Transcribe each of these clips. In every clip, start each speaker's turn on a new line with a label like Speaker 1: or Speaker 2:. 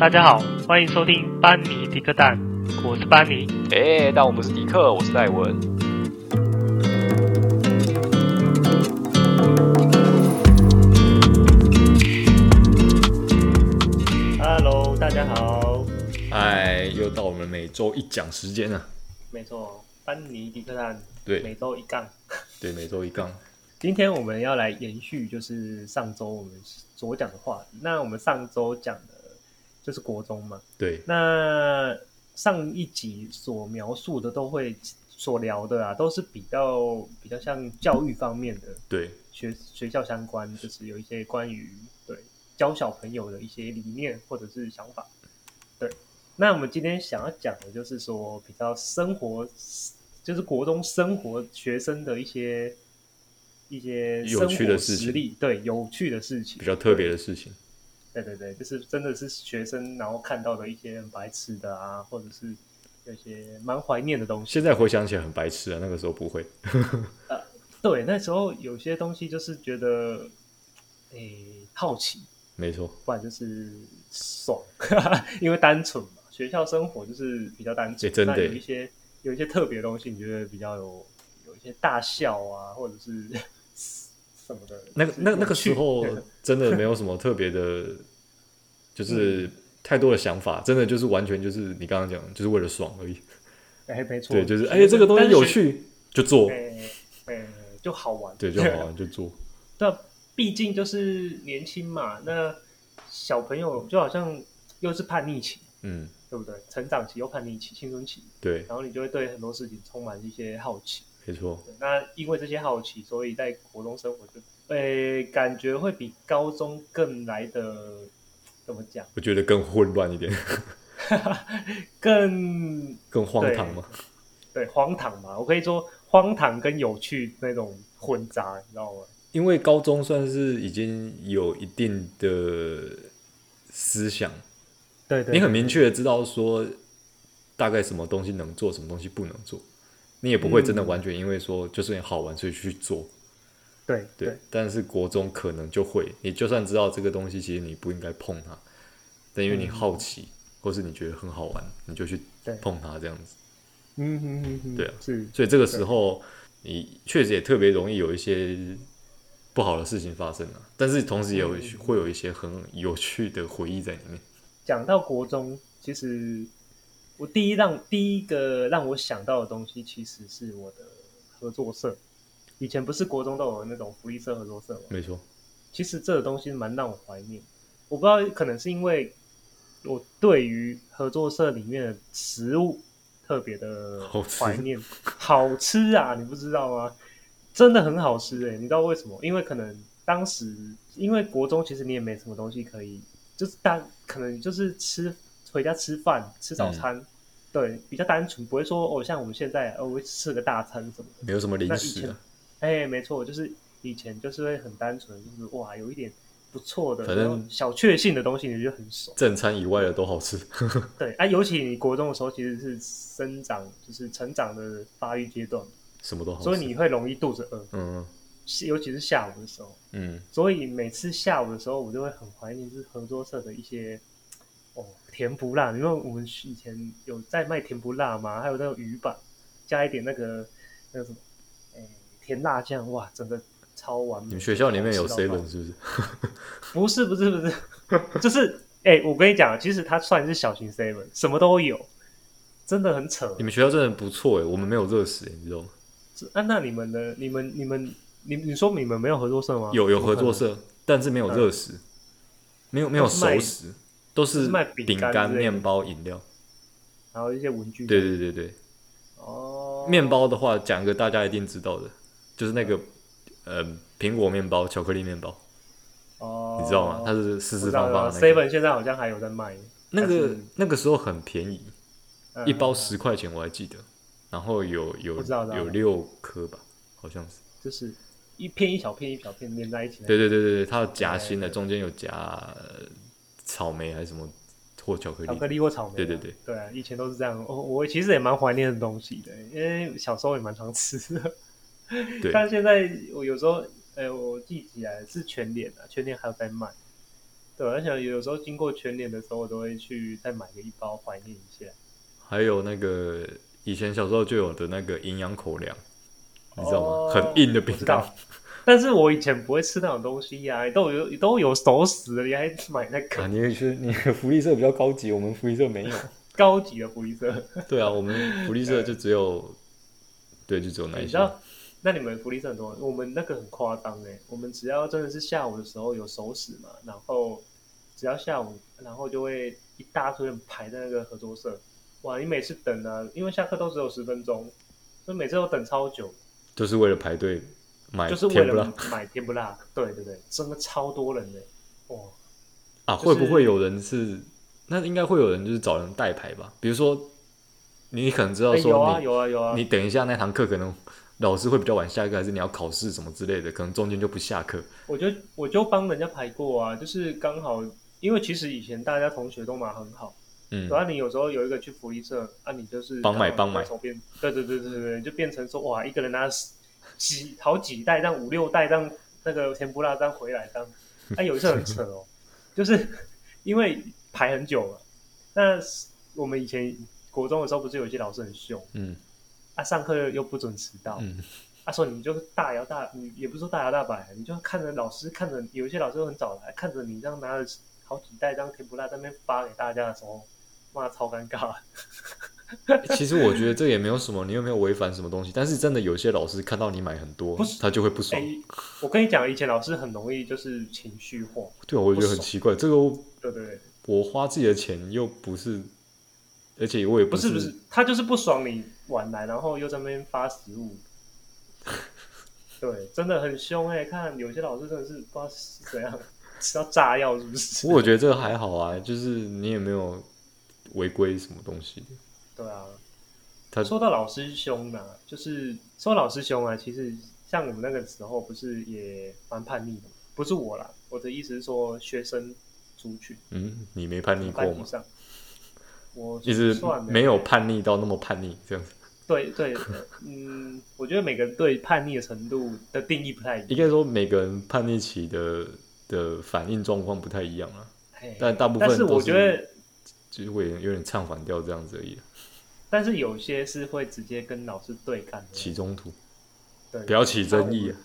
Speaker 1: 大家好，欢迎收听班尼迪克蛋，我是班尼。
Speaker 2: 哎，但我不是迪克，我是戴文。
Speaker 1: Hello，大家好，
Speaker 2: 哎，又到我们每周一讲时间了。
Speaker 1: 没错，班尼迪克蛋每
Speaker 2: 对
Speaker 1: 周一杠。
Speaker 2: 对，每周一杠。
Speaker 1: 今天我们要来延续就是上周我们所讲的话题。那我们上周讲的就是国中嘛，
Speaker 2: 对
Speaker 1: 那上一集所描述的都会所聊的啊，都是比较比较像教育方面的
Speaker 2: 对
Speaker 1: 学学校相关，就是有一些关于对教小朋友的一些理念或者是想法。对，那我们今天想要讲的就是说比较生活，就是国中生活学生的一些一些
Speaker 2: 有趣的
Speaker 1: 生活实
Speaker 2: 事情
Speaker 1: 例，对有趣的事情
Speaker 2: 比，较特别的事情。
Speaker 1: 对对对，就是真的是学生，然后看到的一些很白痴的啊，或者是有一些蛮怀念的东西。
Speaker 2: 现在回想起来很白痴啊，那个时候不会。
Speaker 1: 对，那时候有些东西就是觉得，诶，好奇，
Speaker 2: 没错，
Speaker 1: 不然就是爽，因为单纯嘛。学校生活就是比较单纯，
Speaker 2: 诶真的欸
Speaker 1: 那有
Speaker 2: 耶
Speaker 1: 一些有一些特别的东西，你觉得比较有有一些大笑啊，或者是 什么的。
Speaker 2: 那个
Speaker 1: 就是
Speaker 2: 那那
Speaker 1: 有
Speaker 2: 个
Speaker 1: 趣
Speaker 2: 时候真的没有什么特别的， 就是太多的想法，真的就是完全就是你刚刚讲的，就是为了爽而已。
Speaker 1: 哎，没错，
Speaker 2: 对，就是
Speaker 1: 学
Speaker 2: 哎，这个东西有，趣就做
Speaker 1: 但，是学哎哎，就好玩，
Speaker 2: 对，就好玩就做。
Speaker 1: 那毕竟就是年轻嘛，那小朋友就好像又是叛逆期，
Speaker 2: 嗯，
Speaker 1: 对不对？成长期又叛逆期，青春期，
Speaker 2: 对，
Speaker 1: 然后你就会对很多事情充满一些好奇。
Speaker 2: 没错，
Speaker 1: 那因为这些好奇，所以在国中生活就，呃，感觉会比高中更来的怎么讲，
Speaker 2: 我觉得更混乱一点，
Speaker 1: 更
Speaker 2: 更荒唐嘛。
Speaker 1: 对荒唐吧？我可以说荒唐跟有趣那种混杂，你知道吗？
Speaker 2: 因为高中算是已经有一定的思想，
Speaker 1: 对对
Speaker 2: 你很明确的知道说大概什么东西能做，什么东西不能做，你也不会真的
Speaker 1: 嗯
Speaker 2: 完全因为说就是好玩所以去做。
Speaker 1: 对
Speaker 2: 对，但是国中可能就会，你就算知道这个东西，其实你不应该碰它，但因为你
Speaker 1: 嗯
Speaker 2: 好奇，或是你觉得很好玩，你就去
Speaker 1: 对
Speaker 2: 碰它这样子。
Speaker 1: 嗯嗯嗯嗯，
Speaker 2: 对啊
Speaker 1: 是
Speaker 2: 所以这个时候，你确实也特别容易有一些不好的事情发生啊，但是同时也有
Speaker 1: 嗯
Speaker 2: 会有一些很有趣的回忆在里面。
Speaker 1: 讲到国中，其实我第一让第一个让我想到的东西，其实是我的合作社。以前不是国中都有那种福利社合作社吗？
Speaker 2: 没错，
Speaker 1: 其实这个东西蛮让我怀念。我不知道，可能是因为我对于合作社里面的食物特别的
Speaker 2: 好吃
Speaker 1: 怀念，好吃啊！你不知道吗？真的很好吃哎、你知道为什么？因为可能当时因为国中其实你也没什么东西可以，就是单可能就是吃回家吃饭吃
Speaker 2: 嗯
Speaker 1: 早餐，对，比较单纯，不会说哦像我们现在哦我吃个大餐什么的。
Speaker 2: 没有什么零
Speaker 1: 那以
Speaker 2: 食
Speaker 1: 前
Speaker 2: 啊，
Speaker 1: 哎，没错，就是以前就是会很单纯，就是哇，有一点不错的，
Speaker 2: 反正
Speaker 1: 然后小确幸的东西，你就很爽。
Speaker 2: 正餐以外的都好吃。
Speaker 1: 对啊，尤其你国中的时候，其实是生长，就是成长的发育阶段，
Speaker 2: 什么都好吃。
Speaker 1: 所以你会容易肚子饿，
Speaker 2: 嗯
Speaker 1: 是尤其是下午的时候。
Speaker 2: 嗯，
Speaker 1: 所以每次下午的时候，我就会很怀念，就是合作社的一些哦甜不辣。因为我们以前有在卖甜不辣嘛，还有那种鱼板，加一点那个那个什么，哎、甜辣酱，哇，整个超完美。
Speaker 2: 你们学校里面有
Speaker 1: 好吃到爆
Speaker 2: seven 是不是？
Speaker 1: 不是不是不是，就是 哎、我跟你讲，其实它算是小型 seven，什么都有，真的很扯
Speaker 2: 你。们学校真的不错哎，我们没有热食欸，你知道吗？
Speaker 1: 啊，那你们的你们你们你你说你们没有合作社吗？
Speaker 2: 有有
Speaker 1: 啊怎么
Speaker 2: 合
Speaker 1: 可能嗯
Speaker 2: 作，社，但是没有热食，没有没有
Speaker 1: 都是卖
Speaker 2: 熟食，都是
Speaker 1: 是卖饼
Speaker 2: 饼
Speaker 1: 干
Speaker 2: 干、
Speaker 1: 之类的
Speaker 2: 面包、饮料。
Speaker 1: 然后一些文具。
Speaker 2: 对对对对，
Speaker 1: 哦，
Speaker 2: 面包的话，讲一个大家一定知道的，就是那个呃苹果面包、巧克力面包，
Speaker 1: 哦，
Speaker 2: 你知道吗？它是四四方方的那个。
Speaker 1: seven 现在好像还有在卖，
Speaker 2: 那
Speaker 1: 它
Speaker 2: 个
Speaker 1: 是
Speaker 2: 那个时候很便宜，
Speaker 1: 嗯
Speaker 2: 一包，十块钱，我还记得。然后有有
Speaker 1: 我知道知道
Speaker 2: 有六颗吧，好像是。
Speaker 1: 就是一片一小片一小片连在一起。
Speaker 2: 对，对对对对，它有夹心
Speaker 1: 对
Speaker 2: 的，
Speaker 1: 对对
Speaker 2: 中间有夹呃草莓还是什么或巧克力。
Speaker 1: 巧克力或草莓啊。
Speaker 2: 对对对
Speaker 1: 对啊，以前都是这样。我我其实也蛮怀念的东西的，因为小时候也蛮常吃的。
Speaker 2: 对，
Speaker 1: 但现在我有时候，呃，我记起来是全脸啊，全脸还有在卖。对，而且有时候经过全脸的时候，我都会去再买个一包怀念一下。
Speaker 2: 还有那个以前小时候就有的那个营养口粮，你知道吗？
Speaker 1: 哦
Speaker 2: 很硬的饼
Speaker 1: 我知
Speaker 2: 干
Speaker 1: 道，但是我以前不会吃那种东西呀、都有都有熟食了，你还买那
Speaker 2: 啊，
Speaker 1: 个
Speaker 2: 你是你的福利社比较高级，我们福利社没有。
Speaker 1: 高级的福利社？
Speaker 2: 对啊，我们福利社就只有，对，就只有那
Speaker 1: 你
Speaker 2: 一
Speaker 1: 知
Speaker 2: 些。
Speaker 1: 道？那你们福利社很多，我们那个很夸张哎，我们只要真的是下午的时候有熟食嘛，然后只要下午，然后就会一大堆人排在那个合作社，哇！你每次等啊，因为下课都只有十分钟，所以每次都等超久，
Speaker 2: 就是为了排队买
Speaker 1: 就是为
Speaker 2: 甜不
Speaker 1: 了
Speaker 2: 辣
Speaker 1: 买甜不辣。对对对，真的超多人的，哇！
Speaker 2: 啊？
Speaker 1: 就是
Speaker 2: 会不会有人是？那应该会有人就是找人代排吧？比如说，你可能知道
Speaker 1: 哎，有
Speaker 2: 说
Speaker 1: 啊
Speaker 2: 你、
Speaker 1: 有啊有啊，
Speaker 2: 你等一下那堂课可能老师会比较晚下课，还是你要考试什么之类的，可能中间就不下课。
Speaker 1: 我就我就帮人家排过啊，就是刚好，因为其实以前大家同学都蛮很好，
Speaker 2: 嗯
Speaker 1: 然后、，你有时候有一个去福利社，啊，你就是
Speaker 2: 帮买帮买
Speaker 1: 手边，对对对对对对，就变成说哇，一个人拿十几好几袋，让五六袋让那个甜不辣这样回来 这样，啊，有一次很扯哦，就是 因为排很久了，那我们以前国中的时候不是有一些老师很凶
Speaker 2: 嗯
Speaker 1: 啊，上课又不准迟到，
Speaker 2: 嗯，
Speaker 1: 他说你就是大摇大，你也不是说大摇大摆，啊你就看着老师看着，有一些老师很早来，看着你这样拿了好几袋这样甜不辣在那边发给大家的时候，妈超尴尬。
Speaker 2: 其实我觉得这也没有什么，你又没有违反什么东西，但是真的有些老师看到你买很多
Speaker 1: 不是，
Speaker 2: 他就会不
Speaker 1: 哎、
Speaker 2: 爽。
Speaker 1: 我跟你讲，以前老师很容易就是情绪化，
Speaker 2: 对啊，我觉得
Speaker 1: 不
Speaker 2: 很
Speaker 1: 爽
Speaker 2: 奇怪，这个我
Speaker 1: 对对对，
Speaker 2: 我花自己的钱又不是，而且我也
Speaker 1: 不是
Speaker 2: 是
Speaker 1: 不是，他就是不爽你晚来，然后又在那边发食物。对，真的很凶哎、看有些老师真的是不知道是怎样，吃到炸药是不是？
Speaker 2: 不过我觉得这个还好啊，就是你也没有违规什么东西。
Speaker 1: 对啊，
Speaker 2: 他
Speaker 1: 说到老师凶呢、就是说老师凶啊，其实像我们那个时候不是也蛮叛逆的吗，不是我啦，我的意思是说学生族群
Speaker 2: 嗯，你没叛逆过
Speaker 1: 班级
Speaker 2: 吗？
Speaker 1: 上，我
Speaker 2: 一直
Speaker 1: 算了
Speaker 2: 没有叛逆到那么叛逆这样子，
Speaker 1: 对对，呃嗯，我觉得每个人对叛逆的程度的定义不太一样
Speaker 2: 应，该说每个人叛逆期的的反应状况不太一样啊，
Speaker 1: 嘿
Speaker 2: 但大部分
Speaker 1: 但是
Speaker 2: 都
Speaker 1: 我觉得，
Speaker 2: 就是会有点唱反调这样子而已啊，
Speaker 1: 但是有些是会直接跟老师对干的，
Speaker 2: 起中途
Speaker 1: 对
Speaker 2: 不要起争议啊。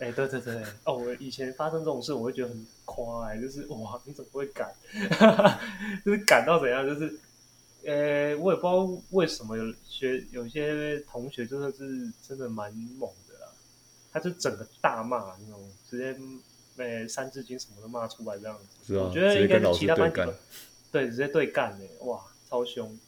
Speaker 1: 哎、对对对，哦，我以前发生这种事，我会觉得很夸哎、就是哇，你怎么会敢？ 就是敢到怎样？就是，呃、我也不知道为什么有学有些同学真的是真的蛮猛的啦，他就整个大骂那种，直接呃、三字经什么都骂出来这样子。
Speaker 2: 是啊
Speaker 1: 我觉得应该是其他班级
Speaker 2: 直接跟
Speaker 1: 吧
Speaker 2: 老师
Speaker 1: 对，直接对干哎、哇，超凶。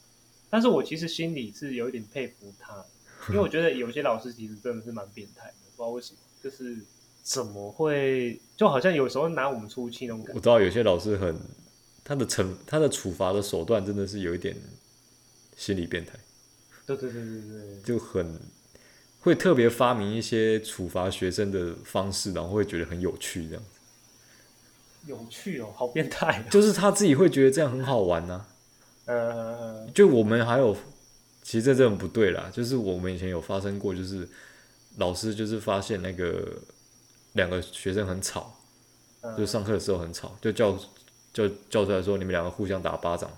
Speaker 1: 但是我其实心里是有一点佩服他的，因为我觉得有些老师其实真的是蛮变态的，不知道为什么，就是怎么会，就好像有时候拿我们出气那种感
Speaker 2: 我
Speaker 1: 觉。
Speaker 2: 知道有些老师很他的惩他的处罚的手段真的是有一点心理变态。
Speaker 1: 对对对对对对，
Speaker 2: 就很会特别发明一些处罚学生的方式，然后会觉得很有趣，这样子
Speaker 1: 有趣哦，好变态、哦。
Speaker 2: 就是他自己会觉得这样很好玩呢、
Speaker 1: 呃，
Speaker 2: 就我们还有，其实这真的不对啦，就是我们以前有发生过，就是老师就是发现那个两个学生很吵，
Speaker 1: 呃
Speaker 2: 就上课的时候很吵，就叫就叫出来说你们两个互相打巴掌，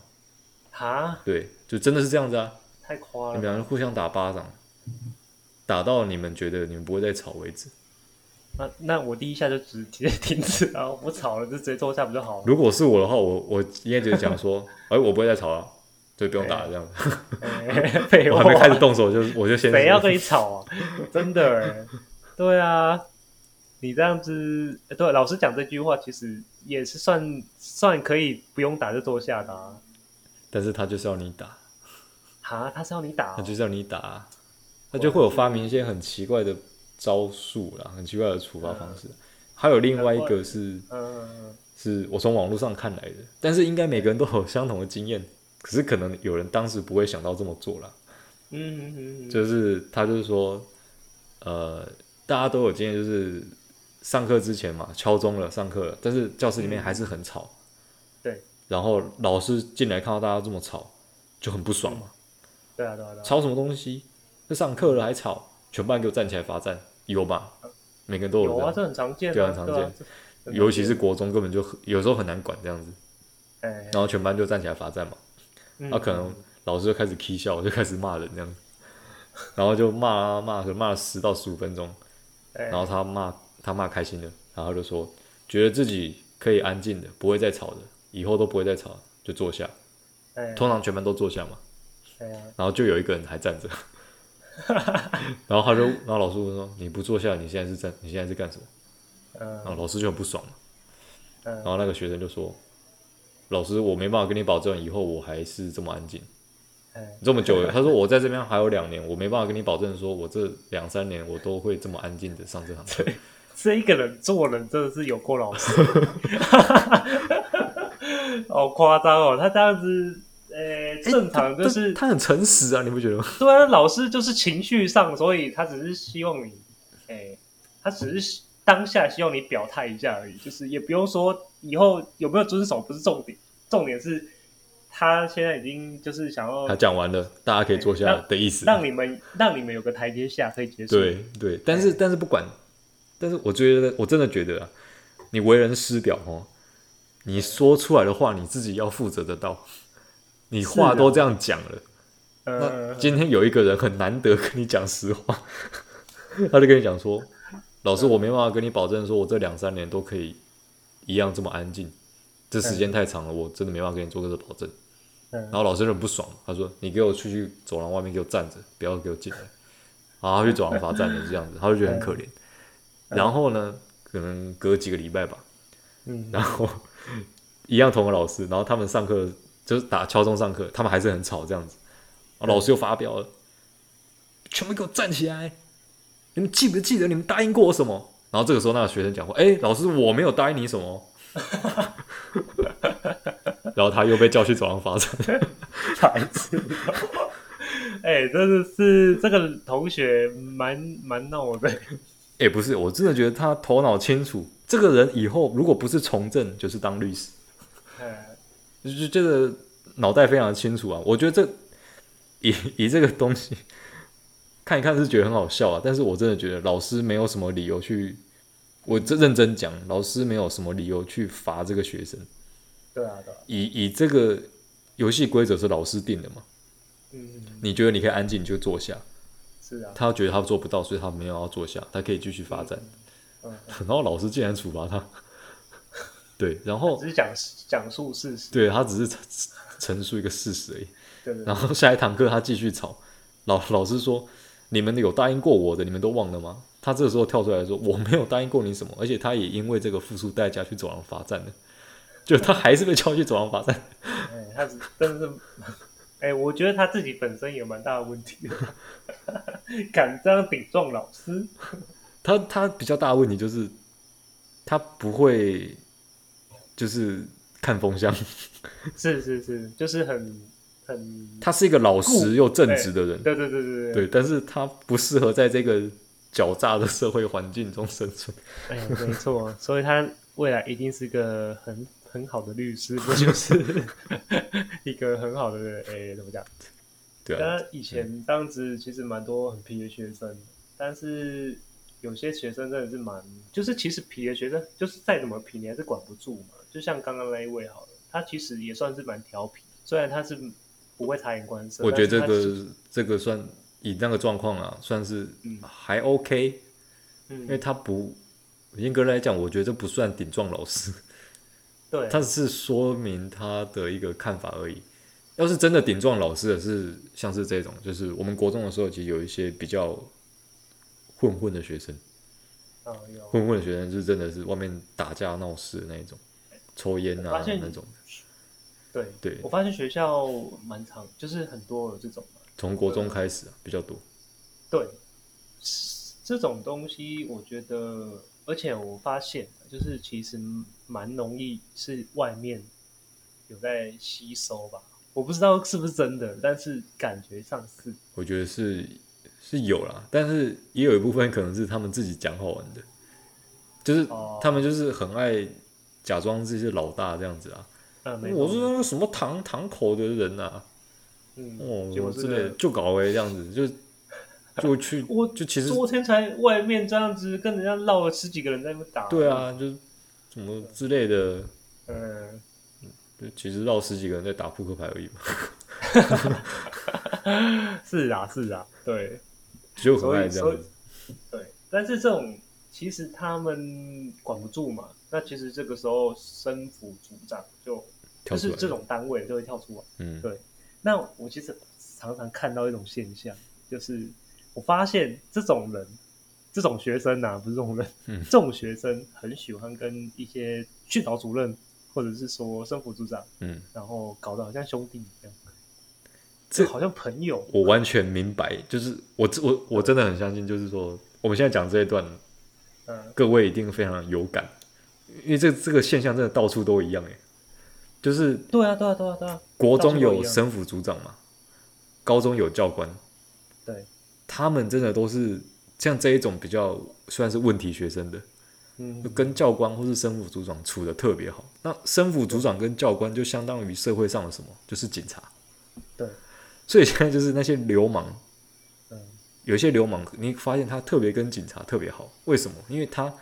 Speaker 1: 哈，
Speaker 2: 对，就真的是这样子啊，
Speaker 1: 太夸了
Speaker 2: 你们两个互相打巴掌，打到你们觉得你们不会再吵为止。
Speaker 1: 那、那我第一下就直直接停止啊，然后不吵了，就直接坐下不就好了？
Speaker 2: 如果是我的话，我我应该就是讲说，哎、我不会再吵了，就不用打了这样。
Speaker 1: 哎废
Speaker 2: 我
Speaker 1: 话，
Speaker 2: 还没开始 动手，就是我就先
Speaker 1: 谁要跟你吵 啊？真的欸，对啊，你这样子，呃对，老师讲这句话其实也是算算可以不用打就坐下的啊。
Speaker 2: 但是他就是要你打，
Speaker 1: 哈，他是要你打
Speaker 2: 他
Speaker 1: 哦、
Speaker 2: 就是要你打，他就会有发明一些很奇怪的招数啦，很奇怪的处罚方式。还有另外一个是，
Speaker 1: 嗯，
Speaker 2: 是我从网络上看来的，但是应该每个人都有相同的经验，可是可能有人当时不会想到这么做啦。
Speaker 1: 嗯嗯嗯嗯，
Speaker 2: 就是他就是说，呃，大家都有经验，就是上课之前嘛，敲钟了，上课了，但是教室里面还是很吵。
Speaker 1: 对。
Speaker 2: 然后老师进来看到大家这么吵，就很不爽嘛，
Speaker 1: 对啊对啊对啊，
Speaker 2: 吵什么东西？就上课了还吵，全班给我站起来罚站，有吧？每个人都
Speaker 1: 有
Speaker 2: 这
Speaker 1: 啊，
Speaker 2: 样。
Speaker 1: 这很常见
Speaker 2: 对
Speaker 1: 啊，
Speaker 2: 啊很常
Speaker 1: 对啊
Speaker 2: 见，
Speaker 1: 这真的
Speaker 2: 尤其是国中根本就很有时候很难管这样子，
Speaker 1: 哎，
Speaker 2: 然后全班就站起来罚站嘛，
Speaker 1: 嗯
Speaker 2: 那、啊可能老师就开始 k 笑，就开始骂人这样子，然后就骂啊骂，可能骂了十到十五分钟，
Speaker 1: 哎
Speaker 2: 然后他骂他骂开心了，然后他就说觉得自己可以安静的，不会再吵的，以后都不会再吵，就坐下。
Speaker 1: 哎
Speaker 2: 通常全班都坐下嘛，
Speaker 1: 哎呀，
Speaker 2: 然后就有一个人还站着， 然后他就然后老师就说你不坐下，你现在是站你现在是干什么？然
Speaker 1: 嗯
Speaker 2: 后老师就很不爽嘛，然
Speaker 1: 嗯
Speaker 2: 后那个学生就说老师我没办法跟你保证以后我还是这么安静。
Speaker 1: 哎
Speaker 2: 这么久了，他说我在这边还有两年，我没办法跟你保证，说我这两三年我都会这么安静的上这堂 课。
Speaker 1: 这一个人做人真的是有够老 实，好夸张哦！他这样子，呃，正常就
Speaker 2: 但
Speaker 1: 是
Speaker 2: 哎他很诚实啊，你不觉得吗？
Speaker 1: 对啊，老师就是情绪上，所以他只是希望你，哎、他只是当下希望你表态一下而已，就是也不用说以后有没有遵守不是重点，重点是他现在已经就是想要
Speaker 2: 他讲完了，大家可以坐下
Speaker 1: 让
Speaker 2: 的意思。
Speaker 1: 让你们让你们有个台阶下可以结束。
Speaker 2: 对对，但是但是不管，但是我觉得我真的觉得啊，你为人师表哦，你说出来的话你自己要负责得到。你话
Speaker 1: 是啊
Speaker 2: 都这样讲了，那
Speaker 1: 呃，
Speaker 2: 今天有一个人很难得跟你讲实话， 他就跟你讲说：“老师，我没办法跟你保证，说我这两三年都可以一样这么安静，这时间太长了，我真的没办法给你做这个保证。”
Speaker 1: 嗯
Speaker 2: 然后老师就很不爽，他说：“你给我出去走廊外面给我站着，不要给 我进来。”然后他去走廊罚站了，这样子，他就觉得很可怜。然后呢，可能隔几个礼拜吧，
Speaker 1: 嗯，
Speaker 2: 然后一样同个老师，然后他们上课就是打敲钟上课，他们还是很吵这样子。然后老师又发飙了，全部给我站起来！你们记不记得你们答应过我什么？然后这个时候那个学生讲话，哎、老师我没有答应你什么 哦。然后他又被叫去走廊罚站。
Speaker 1: 孩 子，哎、真的是这个同学蛮蛮闹的，
Speaker 2: 哎、不是，我真的觉得他头脑清楚。这个人以后如果不是从政，就是当律师。
Speaker 1: 呃，
Speaker 2: 就是这个脑袋非常的清楚啊。我觉得这以以这个东西看一看是觉得很好笑啊，但是我真的觉得老师没有什么理由去，我这认真讲，老师没有什么理由去罚这个学生。
Speaker 1: 对啊，对啊，
Speaker 2: 以以这个游戏规则是老师定的嘛？
Speaker 1: 嗯，
Speaker 2: 你觉得你可以安静你就坐下，
Speaker 1: 是啊，
Speaker 2: 他觉得他做不到，所以他没有要坐下，他可以继续发展。
Speaker 1: 嗯，嗯
Speaker 2: 然后老师竟然处罚他， 对，然后
Speaker 1: 嗯只是讲讲述事实，
Speaker 2: 对他只是陈陈述一个事实而已。
Speaker 1: 对对对
Speaker 2: 然后下一堂课他继续吵，老老师说你们有答应过我的，你们都忘了吗？他这个时候跳出来说我没有答应过你什么，而且他也因为这个付出代价去走廊罚站的，就他还是被叫去走廊罚站。
Speaker 1: 哎，他只真的是， 哎、我觉得他自己本身也蛮大的问题的， 敢这样顶撞老师，
Speaker 2: 他他比较大的问题就是他不会就是看风向，
Speaker 1: 是是是，就是很很，
Speaker 2: 他是一个老实又正直的人，
Speaker 1: 对对对对，
Speaker 2: 对，但是他不适合在这个狡诈的社会环境中生存。
Speaker 1: 哎、没错，所以他未来一定是个很很好的律师，不就是 一个很好的哎、怎么讲？
Speaker 2: 对啊，
Speaker 1: 那以前当时其实蛮多很皮的学生，但是有些学生真的是蛮，就是其实皮的学生，就是再怎么皮你还是管不住嘛。就像刚刚那一位好了，他其实也算是蛮调皮，虽然他是不会察言观色，
Speaker 2: 我觉得这
Speaker 1: 但是他
Speaker 2: 个这个算以那个状况啊，算是
Speaker 1: 嗯
Speaker 2: 还 OK，、因为
Speaker 1: 嗯，
Speaker 2: 他不严格来讲，我觉得这不算顶撞老师，
Speaker 1: 对，
Speaker 2: 他只是说明他的一个看法而已。要是真的顶撞老师的是像是这种，就是我们国中的时候，其实有一些比较混混的学生，
Speaker 1: 啊有
Speaker 2: 混混的学生是真的是外面打架闹事的那一种，抽烟
Speaker 1: 我
Speaker 2: 啊
Speaker 1: 发现
Speaker 2: 那种。
Speaker 1: 对，
Speaker 2: 对，
Speaker 1: 我发现学校蛮长，就是很多有这种嘛，
Speaker 2: 从国中开始、啊、比较多。
Speaker 1: 对，这种东西我觉得，而且我发现就是其实蛮容易是外面有在吸收吧，我不知道是不是真的，但是感觉上是，
Speaker 2: 我觉得是是有啦，但是也有一部分可能是他们自己讲好玩的，就是
Speaker 1: 哦
Speaker 2: 他们就是很爱假装自己是老大这样子啊。
Speaker 1: 呃，没
Speaker 2: 我是
Speaker 1: 错
Speaker 2: 那个什么堂堂口的人啊，
Speaker 1: 嗯，
Speaker 2: 哦
Speaker 1: 结，果
Speaker 2: 之
Speaker 1: 这
Speaker 2: 类的
Speaker 1: 个。
Speaker 2: 就搞哎这样 子，就就去
Speaker 1: 我
Speaker 2: 就其实
Speaker 1: 昨天才外面这样子跟人家闹了十几个人在那边打，
Speaker 2: 对，啊，就是什么之类的，
Speaker 1: 嗯，
Speaker 2: 就其实绕十几个人在打扑克牌而已 嘛，
Speaker 1: 是啊是啊，对。
Speaker 2: 就很爱这样子。
Speaker 1: 对，但是这种其实他们管不住嘛，那其实这个时候身府组长就就
Speaker 2: 跳出
Speaker 1: 是
Speaker 2: 来
Speaker 1: 这种单位就会跳出来。
Speaker 2: 嗯
Speaker 1: 对那我其实常常看到一种现象，就是我发现这种人，这种学生呐、啊，不是这种人，
Speaker 2: 嗯
Speaker 1: 这种学生很喜欢跟一些训导主任或者是说生辅组长，
Speaker 2: 嗯，
Speaker 1: 然后搞得好像兄弟一样，
Speaker 2: 这
Speaker 1: 就好像朋友，
Speaker 2: 我完全明白，就是我我我真的很相信，就是说我们现在讲这一段，
Speaker 1: 嗯
Speaker 2: 各位一定非常有感，因为这这个现象真的到处都一样哎，就是
Speaker 1: 对啊对啊对啊对啊，
Speaker 2: 国中
Speaker 1: 到处都
Speaker 2: 有
Speaker 1: 一样
Speaker 2: 省府组长嘛，高中有教官，
Speaker 1: 对，
Speaker 2: 他们真的都是像这一种比较虽然是问题学生的，
Speaker 1: 嗯
Speaker 2: 就，跟教官或是生辅组长处的特别好。那生辅组长跟教官就相当于社会上的什么，就是警察。
Speaker 1: 对，
Speaker 2: 所以现在就是那些流氓，
Speaker 1: 嗯，
Speaker 2: 有一些流氓，你发现他特别跟警察特别好，为什么？因为他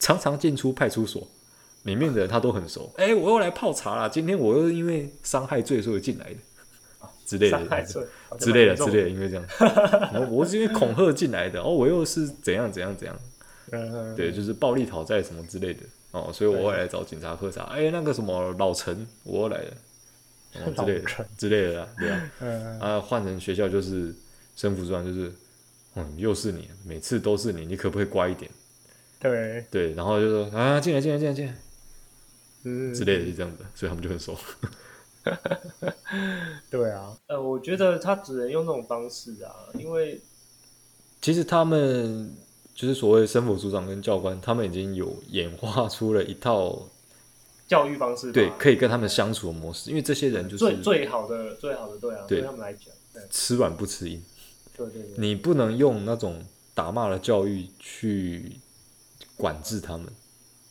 Speaker 2: 常常进出派出所，里面的人他都很熟。哎、我又来泡茶啦，今天我又因为伤害罪所以进来的嗯之类的
Speaker 1: 哦 伤害罪好像
Speaker 2: 之类的
Speaker 1: 蛮严
Speaker 2: 之
Speaker 1: 重
Speaker 2: 类的，因为这样，我我是因为恐吓进来的，哦，我又是怎样怎样怎样，
Speaker 1: 嗯，
Speaker 2: 对，就是暴力讨债什么之类的哦，所以我会来找警察喝茶。哎、那个什么老陈，我又来了， 哦之类的
Speaker 1: 老陈
Speaker 2: 之类的啦，对啊。
Speaker 1: 嗯，
Speaker 2: 啊，换成学校就是生服装，就是，嗯，又是你，每次都是你，你可不可以乖一点？
Speaker 1: 对，
Speaker 2: 对，然后就说啊，进来进来进来进来
Speaker 1: 嗯，
Speaker 2: 之类的，就这样子，所以他们就很熟。
Speaker 1: 对啊，呃，我觉得他只能用那种方式啊，因为
Speaker 2: 其实他们就是所谓生辅组长跟教官，他们已经有演化出了一套
Speaker 1: 教育方式吧
Speaker 2: 对可以跟他们相处的模式，因为这些人就
Speaker 1: 最
Speaker 2: 是
Speaker 1: 最好的最好的对啊，
Speaker 2: 对
Speaker 1: 对他们来讲，对
Speaker 2: 吃软不吃硬。
Speaker 1: 对对对，
Speaker 2: 你不能用那种打骂的教育去管制他们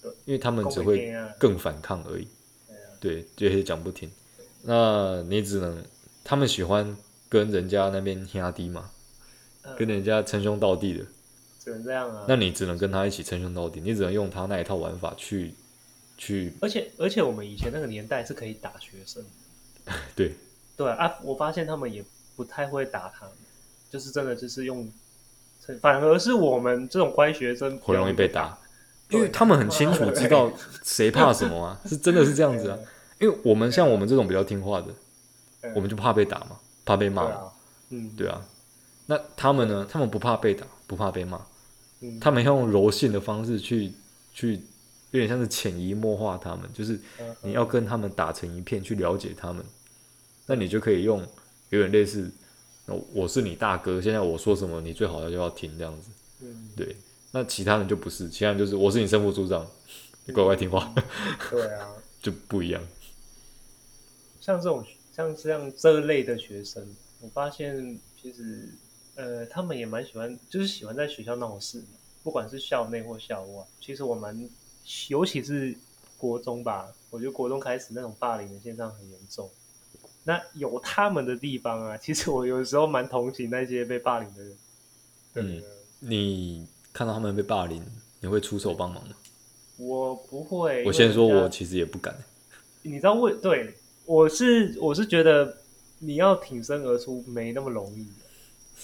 Speaker 1: 对，
Speaker 2: 因为他们只
Speaker 1: 公平
Speaker 2: 会
Speaker 1: 天啊
Speaker 2: 更反抗而已
Speaker 1: 对啊。
Speaker 2: 对，这些讲不听，那你只能他们喜欢跟人家那边压低嘛，
Speaker 1: 嗯
Speaker 2: 跟人家称兄道弟的，
Speaker 1: 只能这样啊。
Speaker 2: 那你只能跟他一起称兄道弟，你只能用他那一套玩法去去
Speaker 1: 而且而且我们以前那个年代是可以打学生，
Speaker 2: 对，
Speaker 1: 对啊，啊我发现他们也不太会打他们，就是真的就是用，反而是我们这种乖学生
Speaker 2: 很容易被打，因为
Speaker 1: 对
Speaker 2: 他们很清楚知道谁怕什 么啊，是真的是这样子啊，因为我们像我们这种比较听话的，
Speaker 1: 比较容易被打，嗯
Speaker 2: 我们就怕被打嘛，怕被骂
Speaker 1: 对
Speaker 2: 嘛，
Speaker 1: 啊，嗯，
Speaker 2: 对啊。那他们呢？他们不怕被打，不怕被骂，
Speaker 1: 嗯，
Speaker 2: 他们要用柔性的方式去去，有点像是潜移默化他们，就是
Speaker 1: 嗯
Speaker 2: 你要跟他们打成一片，去了解他们，那你就可以用有点类似，呃我是你大哥，现在我说什么你最好就要听这样子，
Speaker 1: 嗯，
Speaker 2: 对。那其他人就不是，其他人就是我是你生活组长，你乖乖听话
Speaker 1: 对啊，
Speaker 2: 就不一样。
Speaker 1: 像这种像像这类的学生，我发现其实呃，他们也蛮喜欢，就是喜欢在学校闹事，不管是校内或校外。其实我蛮，尤其是国中吧，我觉得国中开始那种霸凌的现象很严重。那有他们的地方啊， 其实我有时候蛮同情那些被霸凌的人。对
Speaker 2: 嗯你看到他们被霸凌，你会出手帮忙吗？
Speaker 1: 我不会。
Speaker 2: 我先说，
Speaker 1: 因为人家
Speaker 2: 我其实也不敢。
Speaker 1: 你知道为对我是我是觉得你要挺身而出没那么容易的。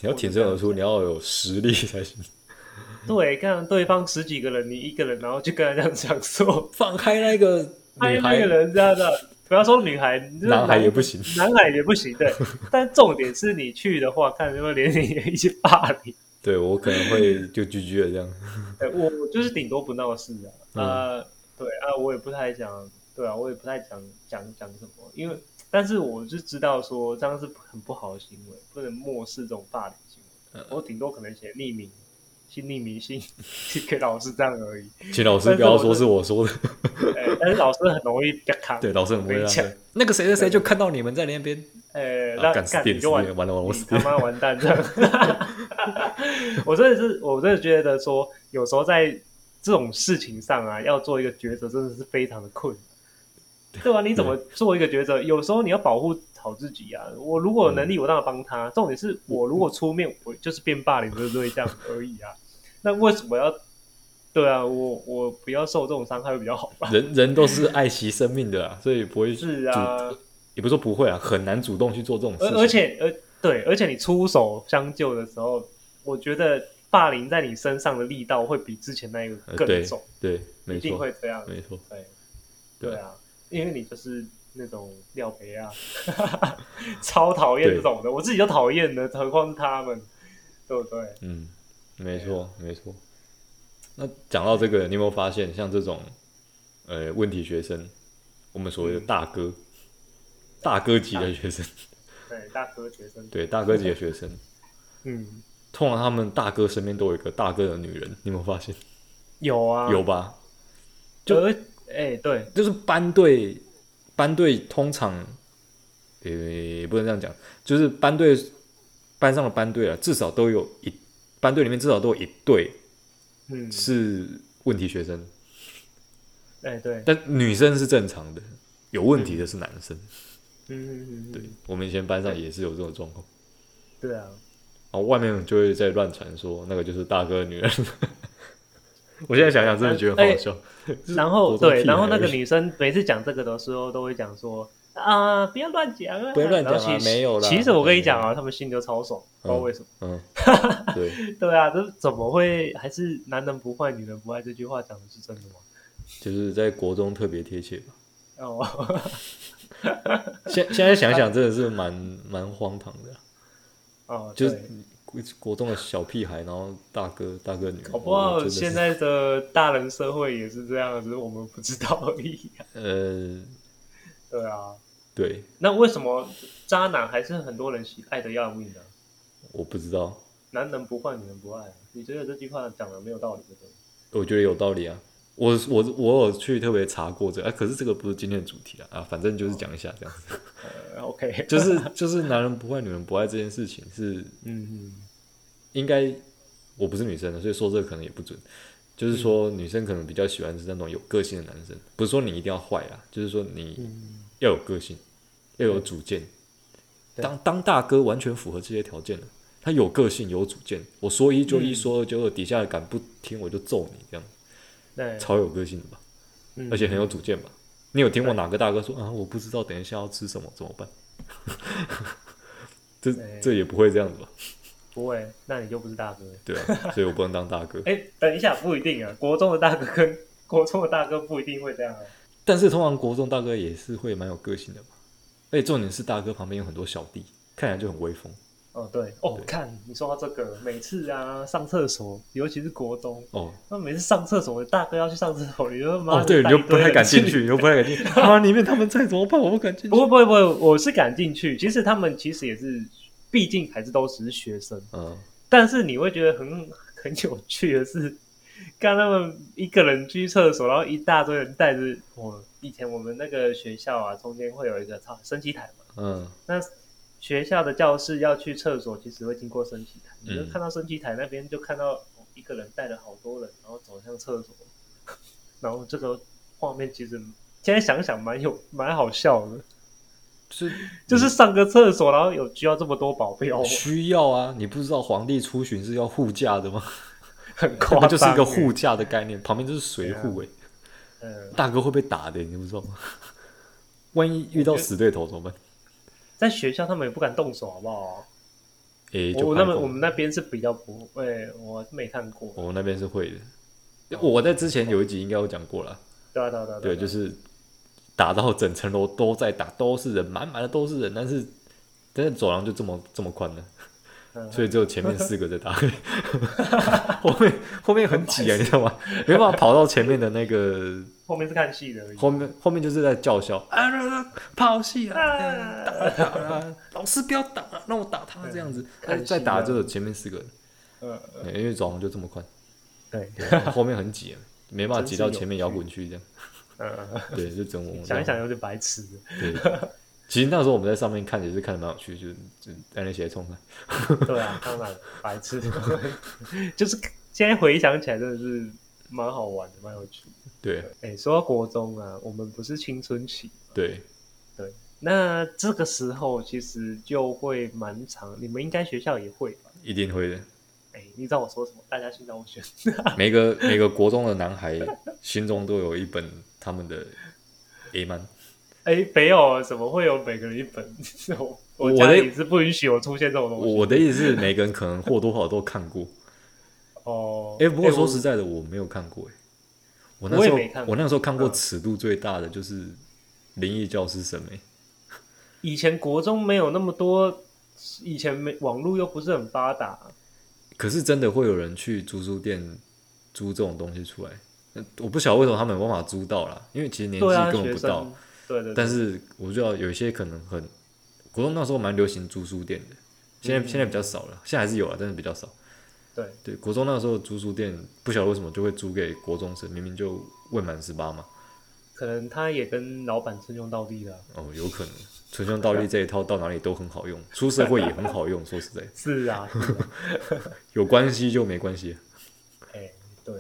Speaker 2: 你要挺身而出，你要有实力才行。
Speaker 1: 对，看对方十几个人，你一个人，然后就跟他这样讲说，
Speaker 2: 放开那个
Speaker 1: 哎，
Speaker 2: 女
Speaker 1: 那个
Speaker 2: 孩，
Speaker 1: 人这样的，不要说女孩，你就是
Speaker 2: 男孩也不行。
Speaker 1: 男孩也不行， 对。但重点是你去的话，看有没有连你也一起霸凌。
Speaker 2: 对我可能会就居居的 这样。
Speaker 1: 对我我就是顶多不闹事啊，
Speaker 2: 嗯
Speaker 1: 呃，对啊，我也不太想，对啊，我也不太想讲讲什么，因为但是我就知道说这样是很不好的行为，不能漠视这种霸凌行
Speaker 2: 嗯
Speaker 1: 为。我顶多可能写匿名，信匿名信 给老师这样而已。
Speaker 2: 请老师不要说是我说的，
Speaker 1: 哎， 但是老师很容易被扛。
Speaker 2: 对，老师很会
Speaker 1: 没
Speaker 2: 让
Speaker 1: 讲
Speaker 2: 的。那个谁谁谁就看到你们在那边，
Speaker 1: 呃，
Speaker 2: 啊
Speaker 1: 那
Speaker 2: 干死
Speaker 1: 干
Speaker 2: 定
Speaker 1: 你
Speaker 2: 了，死
Speaker 1: 就
Speaker 2: 定
Speaker 1: 完
Speaker 2: 了，完了完了，我
Speaker 1: 你
Speaker 2: 死定
Speaker 1: 他
Speaker 2: 了。
Speaker 1: 妈完蛋这样。 我真的是，我真的觉得说，有时候在这种事情上啊，要做一个抉择，真的是非常的困难，对啊吧、你怎么做一个抉择？有时候你要保护好自己啊。我如果有能
Speaker 2: 嗯
Speaker 1: 力，我当然帮他。重点是我如果出面，我就是变霸凌的对象而已啊。那为什么要对啊，我我不要受这种伤害会比较好吧？
Speaker 2: 人人都是爱惜生命的啊，所以不会
Speaker 1: 是
Speaker 2: 主
Speaker 1: 啊，
Speaker 2: 也不是说不会啊，很难主动去做这种事情。
Speaker 1: 而而且而对，而且你出手相救的时候，我觉得霸凌在你身上的力道会比之前那一
Speaker 2: 呃
Speaker 1: 个更
Speaker 2: 对
Speaker 1: 重，
Speaker 2: 对，没
Speaker 1: 一定
Speaker 2: 错，
Speaker 1: 会这样。
Speaker 2: 没错，
Speaker 1: 对，
Speaker 2: 对
Speaker 1: 对啊，因为你就是那种廖培啊， 超讨厌这种的，我自己就讨厌的，何况是他们，对不对？
Speaker 2: 嗯，没错，没错。那讲到这个，你有没有发现，像这种呃问题学生，我们所谓的
Speaker 1: 嗯
Speaker 2: 大哥、大哥级的学生，
Speaker 1: 对，大哥学生，
Speaker 2: 对大哥级的学生，
Speaker 1: 嗯，
Speaker 2: 通常他们大哥身边都有一个大哥的女人，你有没有发现？
Speaker 1: 有啊，
Speaker 2: 有吧？就
Speaker 1: 而哎、对，
Speaker 2: 就是班队，班队通常，呃、也不能这样讲，就是班队班上的班队啊，至少都有一班队里面至少都有一对
Speaker 1: 嗯，
Speaker 2: 是问题学生，
Speaker 1: 哎、对，
Speaker 2: 但女生是正常的，有问题的是男生。
Speaker 1: 嗯，嗯嗯
Speaker 2: 对，我们以前班上也是有这种状况，
Speaker 1: 对啊，
Speaker 2: 然后外面就会在乱传说那个就是大哥的女人。 我现在想想真的觉得很好笑。
Speaker 1: 哎然后
Speaker 2: 国中
Speaker 1: 对，
Speaker 2: 屁
Speaker 1: 然后
Speaker 2: 孩
Speaker 1: 那个
Speaker 2: 而已
Speaker 1: 女生每次讲这个的时候，都会讲说啊，不要乱讲啊，
Speaker 2: 不要乱讲啊
Speaker 1: 然后其实
Speaker 2: 没有啦
Speaker 1: 其实我跟你讲啊，他们心里都超爽，不知道为什么。
Speaker 2: 嗯，对，
Speaker 1: 对啊，这怎么会？还是男人不坏，女人不爱这句话讲的是真的吗？
Speaker 2: 就是在国中特别贴切吧。
Speaker 1: 哦，
Speaker 2: 现现在想想真的是蛮蛮荒唐的啊、
Speaker 1: 哦，
Speaker 2: 就是
Speaker 1: 对
Speaker 2: 国国中的小屁孩，然后大哥大哥女儿，
Speaker 1: 搞不好
Speaker 2: 真的是
Speaker 1: 现在的大人社会也是这样，只是我们不知道而已、啊
Speaker 2: 呃，
Speaker 1: 对啊，
Speaker 2: 对，
Speaker 1: 那为什么渣男还是很多人喜爱的要命呢、
Speaker 2: 我不知道，
Speaker 1: 男人不坏，女人不爱，啊你觉得这句话讲的没有道理对不对？
Speaker 2: 我觉得有道理啊。我我我有去特别查过这个，啊，可是这个不是今天的主题啊啊，反正就是讲一下这样子，
Speaker 1: 呃，OK，
Speaker 2: 就是就是男人不坏，女人不爱这件事情是
Speaker 1: 嗯嗯
Speaker 2: 应该，我不是女生的，所以说这个可能也不准。就是
Speaker 1: 嗯
Speaker 2: 说，女生可能比较喜欢是那种有个性的男生，不是说你一定要坏啊，就是说你
Speaker 1: 嗯，
Speaker 2: 要有个性，要有主见。
Speaker 1: 对
Speaker 2: 当当大哥完全符合这些条件了，他有个性，有主见，我说一就一，
Speaker 1: 嗯
Speaker 2: 说二就二，底下敢不听我就揍你，这样
Speaker 1: 对，
Speaker 2: 超有个性的吧，
Speaker 1: 嗯
Speaker 2: 而且很有主见吧。你有听过哪个大哥说啊，我不知道等一下要吃什么怎么办？ 这
Speaker 1: 对
Speaker 2: 这也不会这样子吧？
Speaker 1: 不会，那你就不是大哥。
Speaker 2: 对啊，所以我不能当大哥。
Speaker 1: 哎、等一下，不一定啊，国中的大哥跟国中的大哥不一定会这样啊。
Speaker 2: 但是通常国中大哥也是会蛮有个性的吧，而且重点是大哥旁边有很多小弟，看起来就很威风。
Speaker 1: 哦，对，哦
Speaker 2: 对，
Speaker 1: 看你说到这个，每次啊上厕所，尤其是国中，
Speaker 2: 哦
Speaker 1: 那每次上厕所，大哥要去上厕所，你就妈
Speaker 2: 哦，
Speaker 1: 的
Speaker 2: 对，你
Speaker 1: 带
Speaker 2: 就
Speaker 1: 一
Speaker 2: 不
Speaker 1: 堆
Speaker 2: 太
Speaker 1: 人
Speaker 2: 敢进。去，你就不太敢进 去啊！里面他们在怎么办？我不敢进
Speaker 1: 不
Speaker 2: 去
Speaker 1: 会。不会不会，我是敢进去。其实他们其实也是，毕竟还是都只是学生，
Speaker 2: 嗯，
Speaker 1: 但是你会觉得很 很有趣的是， 看他们一个人去厕所，然后一大堆人带着我。以前我们那个学校啊，中间会有一个操升旗台嘛，
Speaker 2: 嗯，
Speaker 1: 那学校的教室要去厕所，其实会经过升旗台，
Speaker 2: 嗯
Speaker 1: 你就看到升旗台那边就看到哦一个人带着好多人，然后走向厕所， 然后这个画面其实现在想想蛮有蛮好笑的，
Speaker 2: 就是
Speaker 1: 就是
Speaker 2: 嗯
Speaker 1: 上个厕所，然后有需要这么多哦保 镖，
Speaker 2: 需要啊！你不知道皇帝出巡是要护驾的吗？
Speaker 1: 很
Speaker 2: 根
Speaker 1: 夸张，
Speaker 2: 本
Speaker 1: 啊
Speaker 2: 就是一个护，驾的概念，旁边就是随护哎，
Speaker 1: 嗯，
Speaker 2: 大哥会被打的，你不 知道吗？万一遇到死对头怎么办？
Speaker 1: 在学校他们也不敢动手，好不好？
Speaker 2: 诶，就
Speaker 1: 我
Speaker 2: 拍
Speaker 1: 那么
Speaker 2: 过哦
Speaker 1: 我们那边是比较不会，我是没看过，
Speaker 2: 我们那边是会的。我在之前有一集应该有讲过了，
Speaker 1: 对啊对啊对啊，
Speaker 2: 对，就是是打到整层楼都在打，都是人，满满的都是人，但是但是走廊就这么这么宽的，
Speaker 1: 嗯
Speaker 2: 所以只有前面四个在 打，后面后面很挤啊，你知道吗？没办法跑到前面的那个，
Speaker 1: 后面是看戏的而已，
Speaker 2: 后面后面就是在叫嚣啊，抛戏啊，
Speaker 1: 啊
Speaker 2: 打 啊打啊，老师不要打啊，让我打他这样子，
Speaker 1: 看戏啊
Speaker 2: 哎再打就有前面四个人，
Speaker 1: 嗯，嗯
Speaker 2: 对因为走廊就这么宽，
Speaker 1: 对，
Speaker 2: 后面很挤，没办法挤到前面摇滚区这样，
Speaker 1: 嗯，
Speaker 2: 对，就整我
Speaker 1: 想一想有点白 痴。
Speaker 2: 对，其实那时候我们在上面看也是看的蛮有趣，就就在那些冲浪。
Speaker 1: 对啊，当然白痴， 就是现在回想起来真的是蛮好玩的，蛮有趣的。
Speaker 2: 对
Speaker 1: 哎、说到国中啊，我们不是青春期，
Speaker 2: 对，
Speaker 1: 那这个时候其实就会蛮长，你们应该学校也会吧？
Speaker 2: 一定会的。
Speaker 1: 哎、哎，你知道我说什么？大家心照不宣。
Speaker 2: 每个 每个国中的男孩心中都有一本他们的 A 漫，
Speaker 1: 哎，没有，怎么会有每个人一本？ 我我
Speaker 2: 我
Speaker 1: 家
Speaker 2: 的
Speaker 1: 里是不允许我出现这种东西。
Speaker 2: 我的意思是，每个人可能或多或少都看过。
Speaker 1: 哦，
Speaker 2: 哎、不过说
Speaker 1: 我
Speaker 2: 实在的，我没有看过哎、我那
Speaker 1: 我也
Speaker 2: 时候
Speaker 1: 没看过
Speaker 2: 那时候看过
Speaker 1: 嗯
Speaker 2: 尺度最大的就是《灵异教师》审美，
Speaker 1: 以前国中没有那么多，以前没网络又不是很发达，
Speaker 2: 可是真的会有人去租书店租这种东西出来，呃我不晓得为什么他们有办法租到啦，因为其实年纪
Speaker 1: 对啊，
Speaker 2: 根本
Speaker 1: 学
Speaker 2: 不到，
Speaker 1: 生，对对对，
Speaker 2: 但是我知道有一些可能很，国中那时候蛮流行租书店的，现在、
Speaker 1: 嗯
Speaker 2: 现在比较少了，现在还是有啊，但是比较少。
Speaker 1: 对
Speaker 2: 对，国中那时候租书店不晓得为什么就会租给国中生，明明就未满十八嘛，
Speaker 1: 可能他也跟老板称兄道弟啊了。
Speaker 2: 哦，有可能唇枪倒立这一套到哪里都很好用，出社会也很好用。 说实在，
Speaker 1: 是啊，是 啊
Speaker 2: 有关系就没关系
Speaker 1: 哎，对，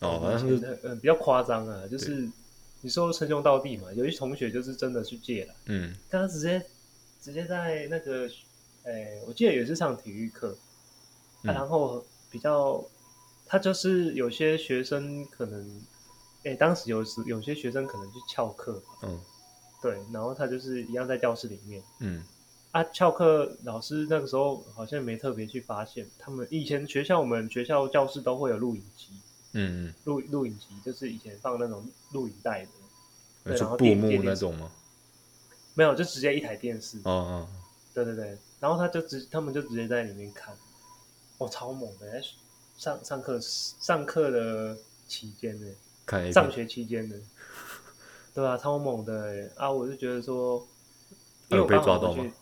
Speaker 2: 哦，反正是
Speaker 1: 嗯、呃比较夸张啊，就是你说称兄道弟嘛，有些同学就是真的去借了，
Speaker 2: 嗯
Speaker 1: 但他直接直接在那个，哎，我记得也是上体育课，啊
Speaker 2: 嗯
Speaker 1: 然后比较，他就是有些学生可能，哎，当时有时有些学生可能去翘课，
Speaker 2: 嗯
Speaker 1: 对，然后他就是一样在教室里面。
Speaker 2: 嗯
Speaker 1: 啊，翘课老师那个时候好像没特别去发现，他们以前学校我们学校教室都会有录影机，
Speaker 2: 嗯嗯，
Speaker 1: 录录影机就是以前放那种录影带的，对
Speaker 2: 你说
Speaker 1: 然后
Speaker 2: 布
Speaker 1: 电
Speaker 2: 幕
Speaker 1: 电
Speaker 2: 那
Speaker 1: 视
Speaker 2: 种吗？
Speaker 1: 没有就直接一台电视，
Speaker 2: 哦哦，
Speaker 1: 对对对，然后他就直他们就直接在里面看，哇、超猛的，在上上课上课的期间呢，
Speaker 2: 哦看 A
Speaker 1: 上
Speaker 2: 片，
Speaker 1: 学期间呢， 对啊，超猛的欸啊！我就觉得说，因
Speaker 2: 他
Speaker 1: 为
Speaker 2: 有
Speaker 1: 我
Speaker 2: 被
Speaker 1: 刚
Speaker 2: 抓
Speaker 1: 好
Speaker 2: 到
Speaker 1: 回
Speaker 2: 吗
Speaker 1: 去，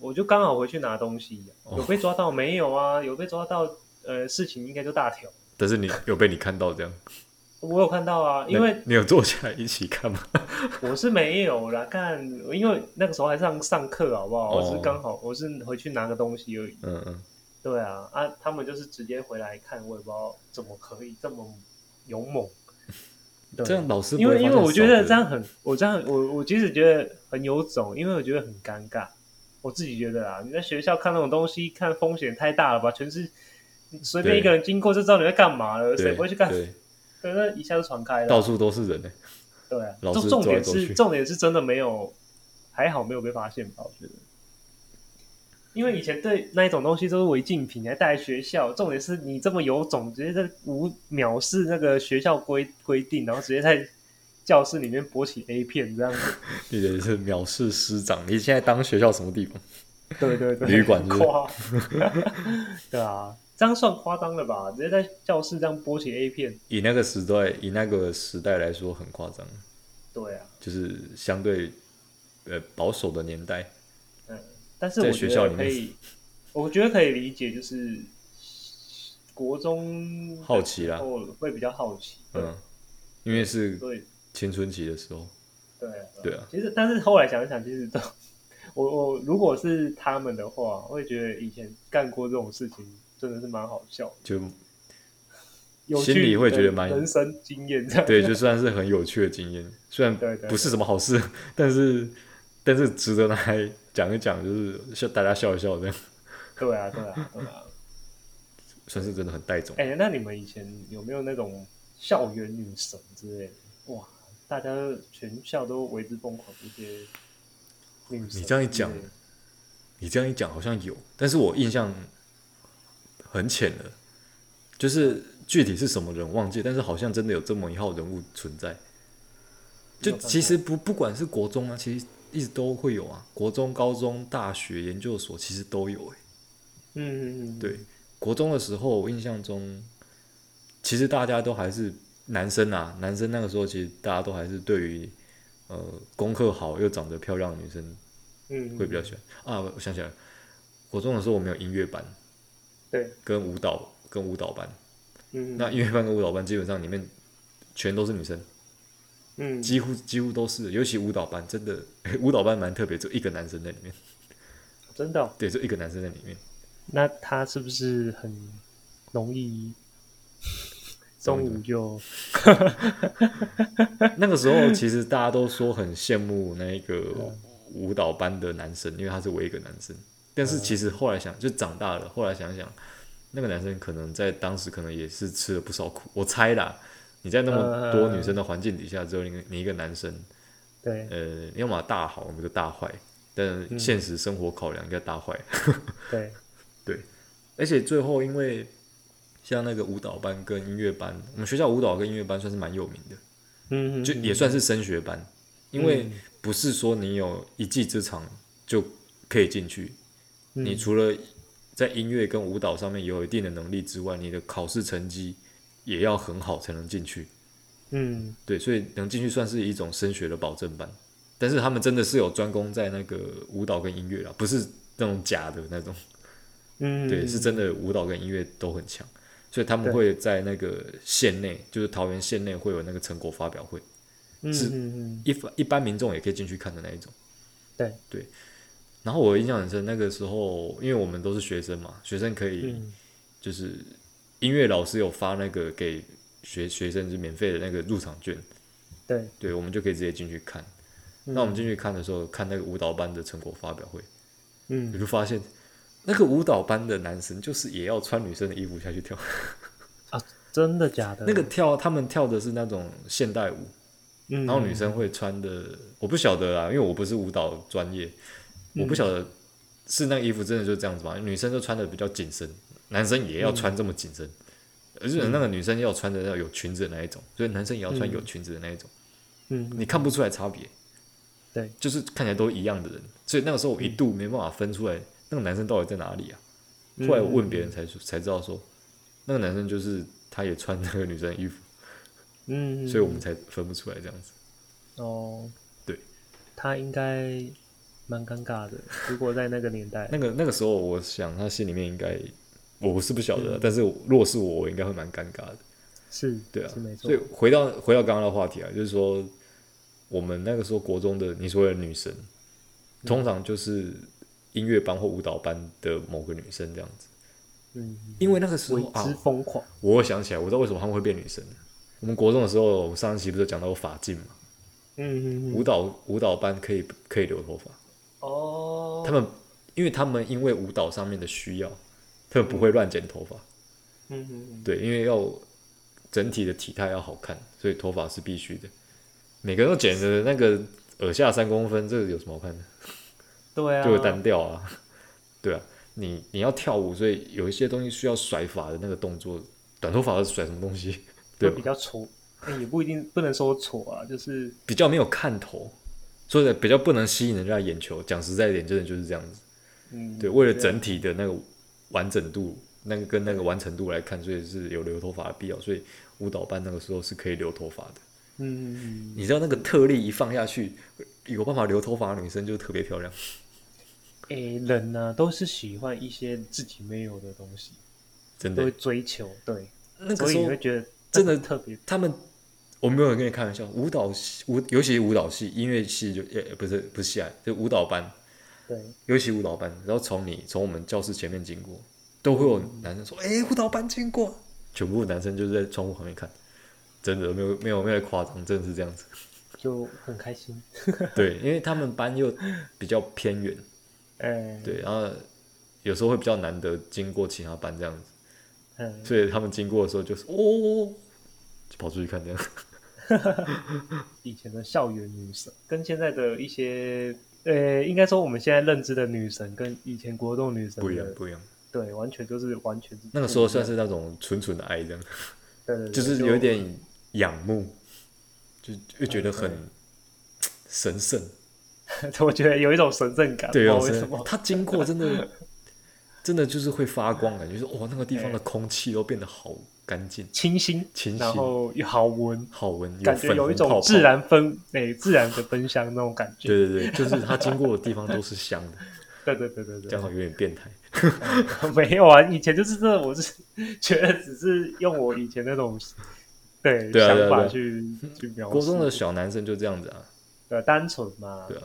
Speaker 1: 我就刚好回去拿东西，啊
Speaker 2: 哦
Speaker 1: 有被抓到没有啊？有被抓到，呃，事情应该就大条。
Speaker 2: 但是你有被你看到这样？
Speaker 1: 我有看到啊， 因
Speaker 2: 那
Speaker 1: 为
Speaker 2: 你有坐下来一起看吗？
Speaker 1: 我是没有啦，看，因为那个时候还上上课，好不好？我只
Speaker 2: 哦
Speaker 1: 是刚好，我是回去拿个东西而已。
Speaker 2: 嗯嗯，
Speaker 1: 对啊，啊，他们就是直接回来看，我也不知道怎么可以这么勇 猛。对
Speaker 2: 这样老师不
Speaker 1: 因
Speaker 2: 会
Speaker 1: 为因为
Speaker 2: 发现
Speaker 1: 我觉得
Speaker 2: 少
Speaker 1: 这样很，我这样我我其实觉得很有种，因为我觉得很尴尬，我自己觉得啊啦，你在学校看那种东西，看风险太大了吧？全是你随便
Speaker 2: 对
Speaker 1: 一个人经过就知道你在干嘛了，
Speaker 2: 的
Speaker 1: 谁
Speaker 2: 对
Speaker 1: 不会去干？
Speaker 2: 对，
Speaker 1: 对，那一下就传开
Speaker 2: 到
Speaker 1: 了。
Speaker 2: 处都是人呢。
Speaker 1: 对啊，
Speaker 2: 老
Speaker 1: 重
Speaker 2: 师
Speaker 1: 重点
Speaker 2: 走来走去
Speaker 1: 是重点是真的没有，还好没有被发现吧？我觉得，因为以前对那一种东西都是违禁品，你还带来学校。重点是你这么有种，直接在无藐视那个学校规规定，然后直接在教室里面播起 A 片这样 子。
Speaker 2: 你也是藐视师长，你现在当学校什么地方？
Speaker 1: 对对对，
Speaker 2: 旅馆是不 是
Speaker 1: 夸，对啊，这样算夸张了吧？直接在教室这样播起 A 片，
Speaker 2: 以那个时代，以那个时代来说，很夸张。
Speaker 1: 对啊，
Speaker 2: 就是相对呃保守的年代，
Speaker 1: 嗯，但是
Speaker 2: 在
Speaker 1: 我
Speaker 2: 学
Speaker 1: 觉
Speaker 2: 校
Speaker 1: 得
Speaker 2: 里
Speaker 1: 可
Speaker 2: 面
Speaker 1: 以，我觉得可以理解，就是国中的
Speaker 2: 好奇啦
Speaker 1: 时候会比较好奇，对，
Speaker 2: 啊嗯，因为是
Speaker 1: 所以
Speaker 2: 青春期的时候，
Speaker 1: 对啊
Speaker 2: 对啊，
Speaker 1: 其实但是后来想一想，其实都， 我我如果是他们的话，我会觉得以前干过这种事情真的是蛮好笑的，
Speaker 2: 就
Speaker 1: 有
Speaker 2: 心
Speaker 1: 趣
Speaker 2: 里会觉得
Speaker 1: 人
Speaker 2: 蛮
Speaker 1: 人生经验这样，
Speaker 2: 对，就算是很有趣的经验，虽然
Speaker 1: 对对
Speaker 2: 不是什么好事， 但是但是值得拿来讲一讲，就是笑大家笑一笑，这样
Speaker 1: 对啊，对啊，对啊。
Speaker 2: 算是真的很带种。
Speaker 1: 哎、那你们以前有没有那种校园女神之类的？哇，大家全校都为之疯狂这些女神之类的。
Speaker 2: 你这样一讲你这样一讲好像有，但是我印象很浅了，就是具体是什么人忘记，但是好像真的有这么一号人物存在。
Speaker 1: 你有
Speaker 2: 就
Speaker 1: 看过
Speaker 2: 其实不不管是国中啊，其实一直都会有啊，国中、高中、大学、研究所其实都有、欸。
Speaker 1: 嗯，嗯嗯，嗯
Speaker 2: 对，国中的时候，我印象中，其实大家都还是男生啊，男生那个时候其实大家都还是对于呃功课好又长得漂亮的女生
Speaker 1: 嗯，嗯
Speaker 2: 会比较喜欢啊。我想起来了，国中的时候我们有音乐班
Speaker 1: 对，
Speaker 2: 跟舞蹈跟舞蹈班，
Speaker 1: 嗯，
Speaker 2: 那音乐班跟舞蹈班基本上里面全都是女生，
Speaker 1: 嗯，
Speaker 2: 几乎几乎都是，尤其舞蹈班真的 舞蹈班蛮特别，就一个男生在里面，
Speaker 1: 真的哦、
Speaker 2: 对，就一个男生在里面，
Speaker 1: 那他是不是很容 易中午就
Speaker 2: 那个时候其实大家都说很羡慕那个舞蹈班的男生，因为他是唯一一个男生。但是其实后来想，就长大了，后来想想，那个男生可能在当时可能也是吃了不少苦，我猜啦。你在那么多女生的环境底下，只有你你一个男生，
Speaker 1: 对
Speaker 2: 呃，要么大好，要么就大坏。但现实生活考量，应该大坏。
Speaker 1: 对，
Speaker 2: 而且最后，因为像那个舞蹈班跟音乐班，我们学校舞蹈跟音乐班算是蛮有名的，
Speaker 1: 嗯，
Speaker 2: 就
Speaker 1: 嗯
Speaker 2: 也算是升学班，因为不是说你有一技之长就可以进去，
Speaker 1: 嗯
Speaker 2: 你除了在音乐跟舞蹈上面有一定的能力之外，你的考试成绩也要很好才能进去。
Speaker 1: 嗯
Speaker 2: 对，所以能进去算是一种升学的保证班，但是他们真的是有专攻在那个舞蹈跟音乐啦，不是那种假的那种，
Speaker 1: 嗯，
Speaker 2: 对，是真的舞蹈跟音乐都很强，所以他们会在那个县内，就是桃园县内会有那个成果发表会，
Speaker 1: 嗯
Speaker 2: 是
Speaker 1: 嗯嗯
Speaker 2: 一般一般民众也可以进去看的那一种。
Speaker 1: 对
Speaker 2: 对，然后我印象很深，那个时候因为我们都是学生嘛，学生可以
Speaker 1: 嗯
Speaker 2: 就是音乐老师有发那个给学学生就是免费的那个入场券，
Speaker 1: 对，
Speaker 2: 对，我们就可以直接进去看。那我们进去看的时候，看那个舞蹈班的成果发表会，
Speaker 1: 嗯
Speaker 2: 你就发现那个舞蹈班的男生就是也要穿女生的衣服下去跳。
Speaker 1: 啊，真的假的？
Speaker 2: 嗯那个跳他们跳的是那种现代舞，
Speaker 1: 嗯，
Speaker 2: 然后女生会穿的，我不晓得啊，因为我不是舞蹈专业，我不晓得是那个衣服真的就这样子吗？女生就穿的比较紧身，男生也要穿这么紧身，而且那个女生要穿的要有裙子的那一种，所以男生也要穿有裙子的那一种。
Speaker 1: 嗯
Speaker 2: 你看不出来差别。
Speaker 1: 对，
Speaker 2: 就是看起来都一样的人，所以那个时候我一度没办法分出来那个男生到底在哪里啊。
Speaker 1: 嗯
Speaker 2: 后来我问别人才说才知道说，那个男生就是他也穿那个女生的衣服，
Speaker 1: 嗯，
Speaker 2: 所以我们才分不出来这样子。
Speaker 1: 哦，
Speaker 2: 对，
Speaker 1: 他应该蛮尴尬的。如果在那个年代，
Speaker 2: 那个那个时候，我想他心里面应该，我是不晓
Speaker 1: 嗯
Speaker 2: 得啊，但是如果是我，我应该会蛮尴尬的。
Speaker 1: 是，
Speaker 2: 对啊
Speaker 1: 是没，错
Speaker 2: 所以，回到回到刚刚的话题啊，就是说我们那个时候国中的你所谓的女神，
Speaker 1: 嗯
Speaker 2: 通常就是音乐班或舞蹈班的某个女生这样子。
Speaker 1: 嗯，
Speaker 2: 因为那个时
Speaker 1: 为
Speaker 2: 候啊
Speaker 1: 之，疯狂，
Speaker 2: 我想起来，我知道为什么他们会变女生了。我们国中的时候，我们上一期不是讲到过发髻嘛？
Speaker 1: 嗯嗯嗯，
Speaker 2: 舞蹈舞蹈班可以可以留头发，
Speaker 1: 哦，
Speaker 2: 他们因为他们因为舞蹈上面的需要，他们不会乱剪头发。
Speaker 1: 嗯嗯
Speaker 2: 对，因为要整体的体态要好看，所以头发是必须的。每个人都剪的那个耳下三公分，这个有什么好看的？
Speaker 1: 嗯，对啊，
Speaker 2: 就会单调啊。 对啊，你你要跳舞，所以有一些东西需要甩发的那个动作，短头发是甩什么东西？对
Speaker 1: 会
Speaker 2: 吧
Speaker 1: 比？较挫，哎也不一定不能说挫啊，就是
Speaker 2: 比较没有看头，所以比较不能吸引人家的眼球。讲实在一点，真的就是这样子。
Speaker 1: 嗯，
Speaker 2: 对，为了整体的那个完整度，那个跟那个完成度来看，所以是有留头发的必要。所以舞蹈班那个时候是可以留头发的。
Speaker 1: 嗯，嗯嗯，
Speaker 2: 你知道那个特例一放下去，有办法留头发的女生就特别漂亮。
Speaker 1: 哎，人呢都是喜欢一些自己没有的东西，
Speaker 2: 真
Speaker 1: 都会
Speaker 2: 的，
Speaker 1: 追求，对，
Speaker 2: 那个
Speaker 1: 所以
Speaker 2: 时
Speaker 1: 你
Speaker 2: 候
Speaker 1: 会觉得
Speaker 2: 真的
Speaker 1: 特别，
Speaker 2: 他们，我没有跟你开玩笑，舞蹈系舞，尤其是舞蹈系、音乐系就也不是不是系啊，就舞蹈班，
Speaker 1: 对，
Speaker 2: 尤其舞蹈班，然后从你从我们教室前面经过，都会有男生说：“哎、舞蹈班经过。”全部男生就是在窗户旁边看，真的没有没有没有夸张，真的是这 样子。
Speaker 1: 就很开心，
Speaker 2: 对，因为他们班又比较偏远，
Speaker 1: 哎，，
Speaker 2: 对，然后有时候会比较难得经过其他班这样子。
Speaker 1: 嗯，
Speaker 2: 所以他们经过的时候就是哦哦，哦就跑出去看这样。
Speaker 1: 以前的校园女神，跟现在的一些，呃，应该说我们现在认知的女神，跟以前国中女神
Speaker 2: 不一样
Speaker 1: 的，
Speaker 2: 不一样。
Speaker 1: 对，完全就是完全是
Speaker 2: 那个时候算是那种纯纯的爱这样，
Speaker 1: 对对对
Speaker 2: 就是有一点仰慕，就就觉得很
Speaker 1: 对神
Speaker 2: 神圣。
Speaker 1: 就， 我觉得有一种神圣感，
Speaker 2: 对，
Speaker 1: 不
Speaker 2: 有
Speaker 1: 知道为
Speaker 2: 神
Speaker 1: 什么，
Speaker 2: 他经过真的真的就是会发光，感觉就是哇，那个地方的空气都变得好干净、
Speaker 1: 清新，
Speaker 2: 清新
Speaker 1: 嗯然后又好闻，
Speaker 2: 好闻，
Speaker 1: 感觉
Speaker 2: 粉
Speaker 1: 有
Speaker 2: 红
Speaker 1: 一
Speaker 2: 泡
Speaker 1: 种
Speaker 2: 泡。
Speaker 1: 自。然芬，哎、自然的芬香那种感觉。
Speaker 2: 对对对，就是他经过的地方都是香的，
Speaker 1: 对对对对
Speaker 2: 这样
Speaker 1: 对
Speaker 2: 好像有点变态。
Speaker 1: 没有啊，以前就是这，我是觉得只是用我以前那种对
Speaker 2: 对啊对啊
Speaker 1: 想法
Speaker 2: 对啊
Speaker 1: 去去描述。
Speaker 2: 国中的小男生就这样子啊，
Speaker 1: 对单纯嘛，
Speaker 2: 对啊。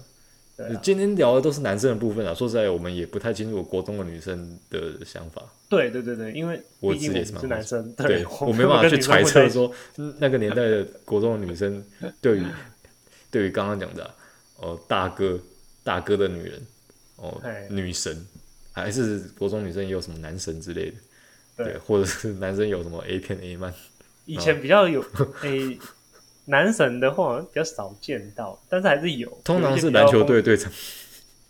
Speaker 1: 对啊
Speaker 2: 今天聊的都是男生的部分啊，说实在，我们也不太清楚国中的女生的想法。
Speaker 1: 对对对对，因为
Speaker 2: 我
Speaker 1: 毕竟
Speaker 2: 自己
Speaker 1: 我
Speaker 2: 也
Speaker 1: 们
Speaker 2: 是
Speaker 1: 是
Speaker 2: 蛮
Speaker 1: 男生，
Speaker 2: 对
Speaker 1: 我
Speaker 2: 我
Speaker 1: 们
Speaker 2: 没办法
Speaker 1: 跟
Speaker 2: 去
Speaker 1: 女生
Speaker 2: 揣
Speaker 1: 混在
Speaker 2: 测
Speaker 1: 一起
Speaker 2: 说嗯那个年代的国中的女生对于对于刚刚讲的啊哦、大哥大哥的女人哦、
Speaker 1: 哎
Speaker 2: 女神，还是国中女生也有什么男神之类的，
Speaker 1: 对，
Speaker 2: 或者是男生有什么 A 片 A 漫，
Speaker 1: 以前比较有
Speaker 2: 啊
Speaker 1: 诶、男神的话好像比较少见到，但是还是有。
Speaker 2: 通常
Speaker 1: 有一些
Speaker 2: 是
Speaker 1: 比较
Speaker 2: 篮球队队长，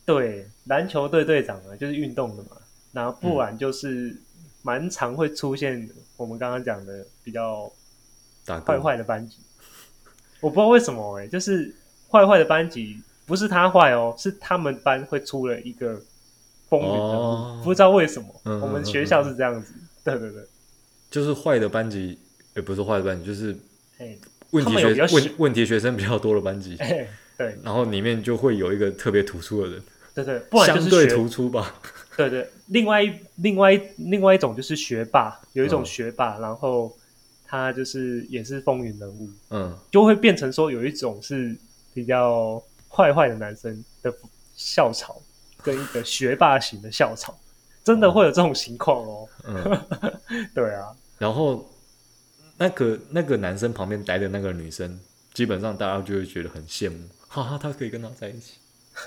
Speaker 1: 对篮球队队长呢，就是运动的嘛，然后
Speaker 2: 嗯
Speaker 1: 不然就是蛮常会出现我们刚刚讲的比较
Speaker 2: 打
Speaker 1: 坏
Speaker 2: 怪
Speaker 1: 坏的班级。我不知道为什么哎、就是坏坏的班级不是他坏哦，是他们班会出了一个风云人物，
Speaker 2: 哦
Speaker 1: 不知道为什么。
Speaker 2: 嗯嗯
Speaker 1: 我们
Speaker 2: 嗯
Speaker 1: 学校是这样子，对对对，
Speaker 2: 就是坏的班级，也不是坏的班级，就是
Speaker 1: 哎
Speaker 2: 问题
Speaker 1: 他们有
Speaker 2: 学
Speaker 1: 比较喜
Speaker 2: 问问题学生比较多的班级，
Speaker 1: 哎，对
Speaker 2: 然后里面就会有一个特别突出的人，
Speaker 1: 对对，不然就是
Speaker 2: 相对
Speaker 1: 学
Speaker 2: 突出吧。
Speaker 1: 对对，另外一另外一另外一种就是学霸，有一种
Speaker 2: 嗯
Speaker 1: 学霸，然后他就是也是风云人物，
Speaker 2: 嗯，
Speaker 1: 就会变成说有一种是比较坏坏的男生的校草，跟一个学霸型的校草，真的会有这种情况哦。
Speaker 2: 嗯，
Speaker 1: 对啊，
Speaker 2: 然后那个那个男生旁边待的那个女生，基本上大家就会觉得很羡慕，哈哈，他可以跟他在一起。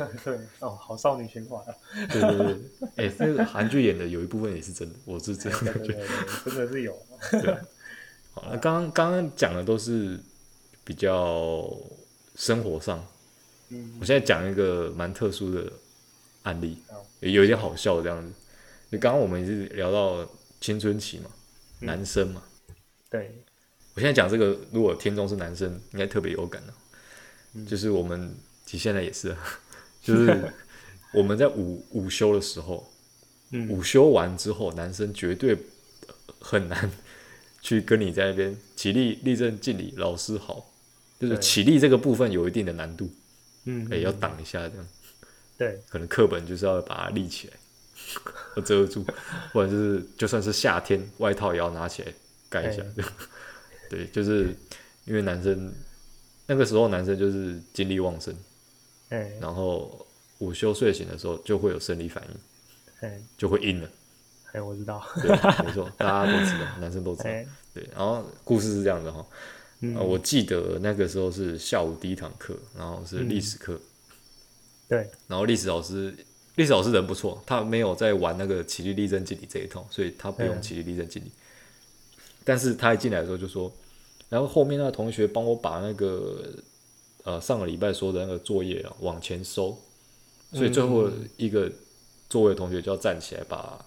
Speaker 1: 对哦，好少女情怀啊，
Speaker 2: 对对对， 哎、那个韩剧演的有一部分也是真的，我是这样
Speaker 1: 对
Speaker 2: 感
Speaker 1: 对
Speaker 2: 觉。
Speaker 1: 对，对真的是有啊。
Speaker 2: 好，那刚刚刚刚讲的都是比较生活上，
Speaker 1: 嗯
Speaker 2: 我，现在讲一个蛮特殊的案例
Speaker 1: 好，
Speaker 2: 也有一点好笑这样子。就刚刚我们是聊到青春期嘛，
Speaker 1: 嗯
Speaker 2: 男生嘛，
Speaker 1: 对，
Speaker 2: 我现在讲这个，如果听众是男生，应该特别有感的、
Speaker 1: 嗯
Speaker 2: 就是我们其实现在也是啊， 就是我们在午午休的时候，
Speaker 1: 嗯，
Speaker 2: 午休完之后，男生绝对很难 去跟你在那边起立立正敬礼，老师好，就是
Speaker 1: 对
Speaker 2: 起立这个部分有一定的难度，
Speaker 1: 嗯，
Speaker 2: 哎、要挡一下这样，
Speaker 1: 对，
Speaker 2: 可能课本就是要把它立起来， 要 遮住，或者是就算是夏天外套也要拿起来盖一下，
Speaker 1: 哎
Speaker 2: 对，就是因为男生那个时候男生就是精力旺盛，
Speaker 1: 哎
Speaker 2: 然后午休睡醒的时候就会有生理反应，
Speaker 1: 哎
Speaker 2: 就会硬了。
Speaker 1: 哎，我知道，
Speaker 2: 对，没错，大家都知道，男生都知道。
Speaker 1: 哎，
Speaker 2: 对，然后故事是这样的哈、
Speaker 1: 嗯
Speaker 2: 呃，我记得那个时候是下午第一堂课，然后是历史课，
Speaker 1: 对，
Speaker 2: 然后历史老师，历史老师人不错，他没有在玩那个起立立正敬礼这一套，所以他不用
Speaker 1: 嗯
Speaker 2: 起立立正敬礼。但是他一进来的时候就说，然后后面那个同学帮我把那个呃上个礼拜说的那个作业啊往前收，所以最后一个座位的同学就要站起来把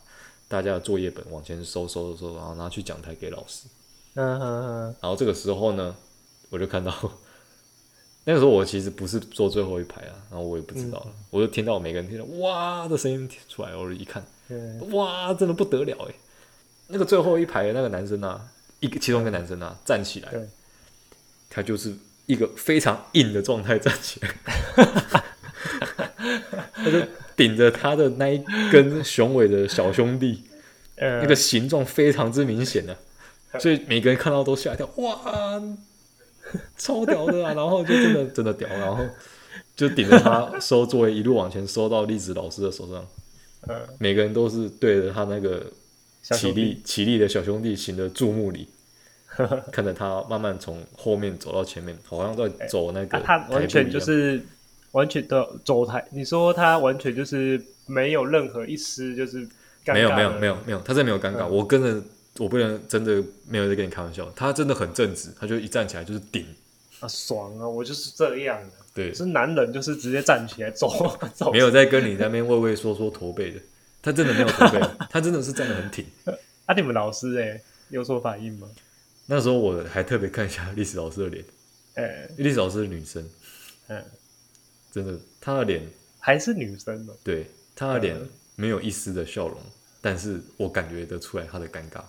Speaker 2: 大家的作业本往前收收收收，然后拿去讲台给老师。
Speaker 1: 嗯嗯
Speaker 2: 然后这个时候呢，我就看到， 那个时候我其实不是坐最后一排啊，然后我也不知道，我就听到每个人听到哇的声音听出来，我就一看，
Speaker 1: 嗯，
Speaker 2: 哇，真的不得了哎！那个最后一排的那个男生啊，一个其中一个男生啊，站起来
Speaker 1: 对，
Speaker 2: 他就是一个非常硬的状态站起来，他就顶着他的那一根雄伟的小兄弟。
Speaker 1: 嗯
Speaker 2: 那个形状非常之明显的、所以每个人看到都吓一跳，哇，超屌的啊！然后就真的真的屌，然后就顶着他收作业一路往前收到栗子老师的手上，
Speaker 1: 呃
Speaker 2: 每个人都是对着他那个
Speaker 1: 小
Speaker 2: 起
Speaker 1: 兄弟
Speaker 2: 立起立的小兄弟行的注目礼，看着他慢慢从后面走到前面，好像在走那
Speaker 1: 啊
Speaker 2: 个、
Speaker 1: 他完全就
Speaker 2: 台步一样
Speaker 1: 是完全的走台，你说他完全就是没有任何一丝就是尴尬的嗯
Speaker 2: 没有没有没有没有，他真的没有尴尬，我跟着。我不能真的没有在跟你开玩笑，他真的很正直，他就一站起来就是顶，
Speaker 1: 啊爽啊！我就是这样的、
Speaker 2: 对，
Speaker 1: 是男人就是直接站起来走 走，
Speaker 2: 没有在跟你在那边畏畏缩缩驼背的，他真的没有驼 背，他真的是站得很挺。
Speaker 1: 啊？你们老师哎、有所反应吗？
Speaker 2: 那时候我还特别看一下历史老师的脸，
Speaker 1: 哎、
Speaker 2: 历史老师是女生，
Speaker 1: 嗯，
Speaker 2: 真的，她的脸，
Speaker 1: 还是女生呢？
Speaker 2: 对，她的脸
Speaker 1: 嗯
Speaker 2: 没有一丝的笑容，但是我感觉得出来她的尴尬，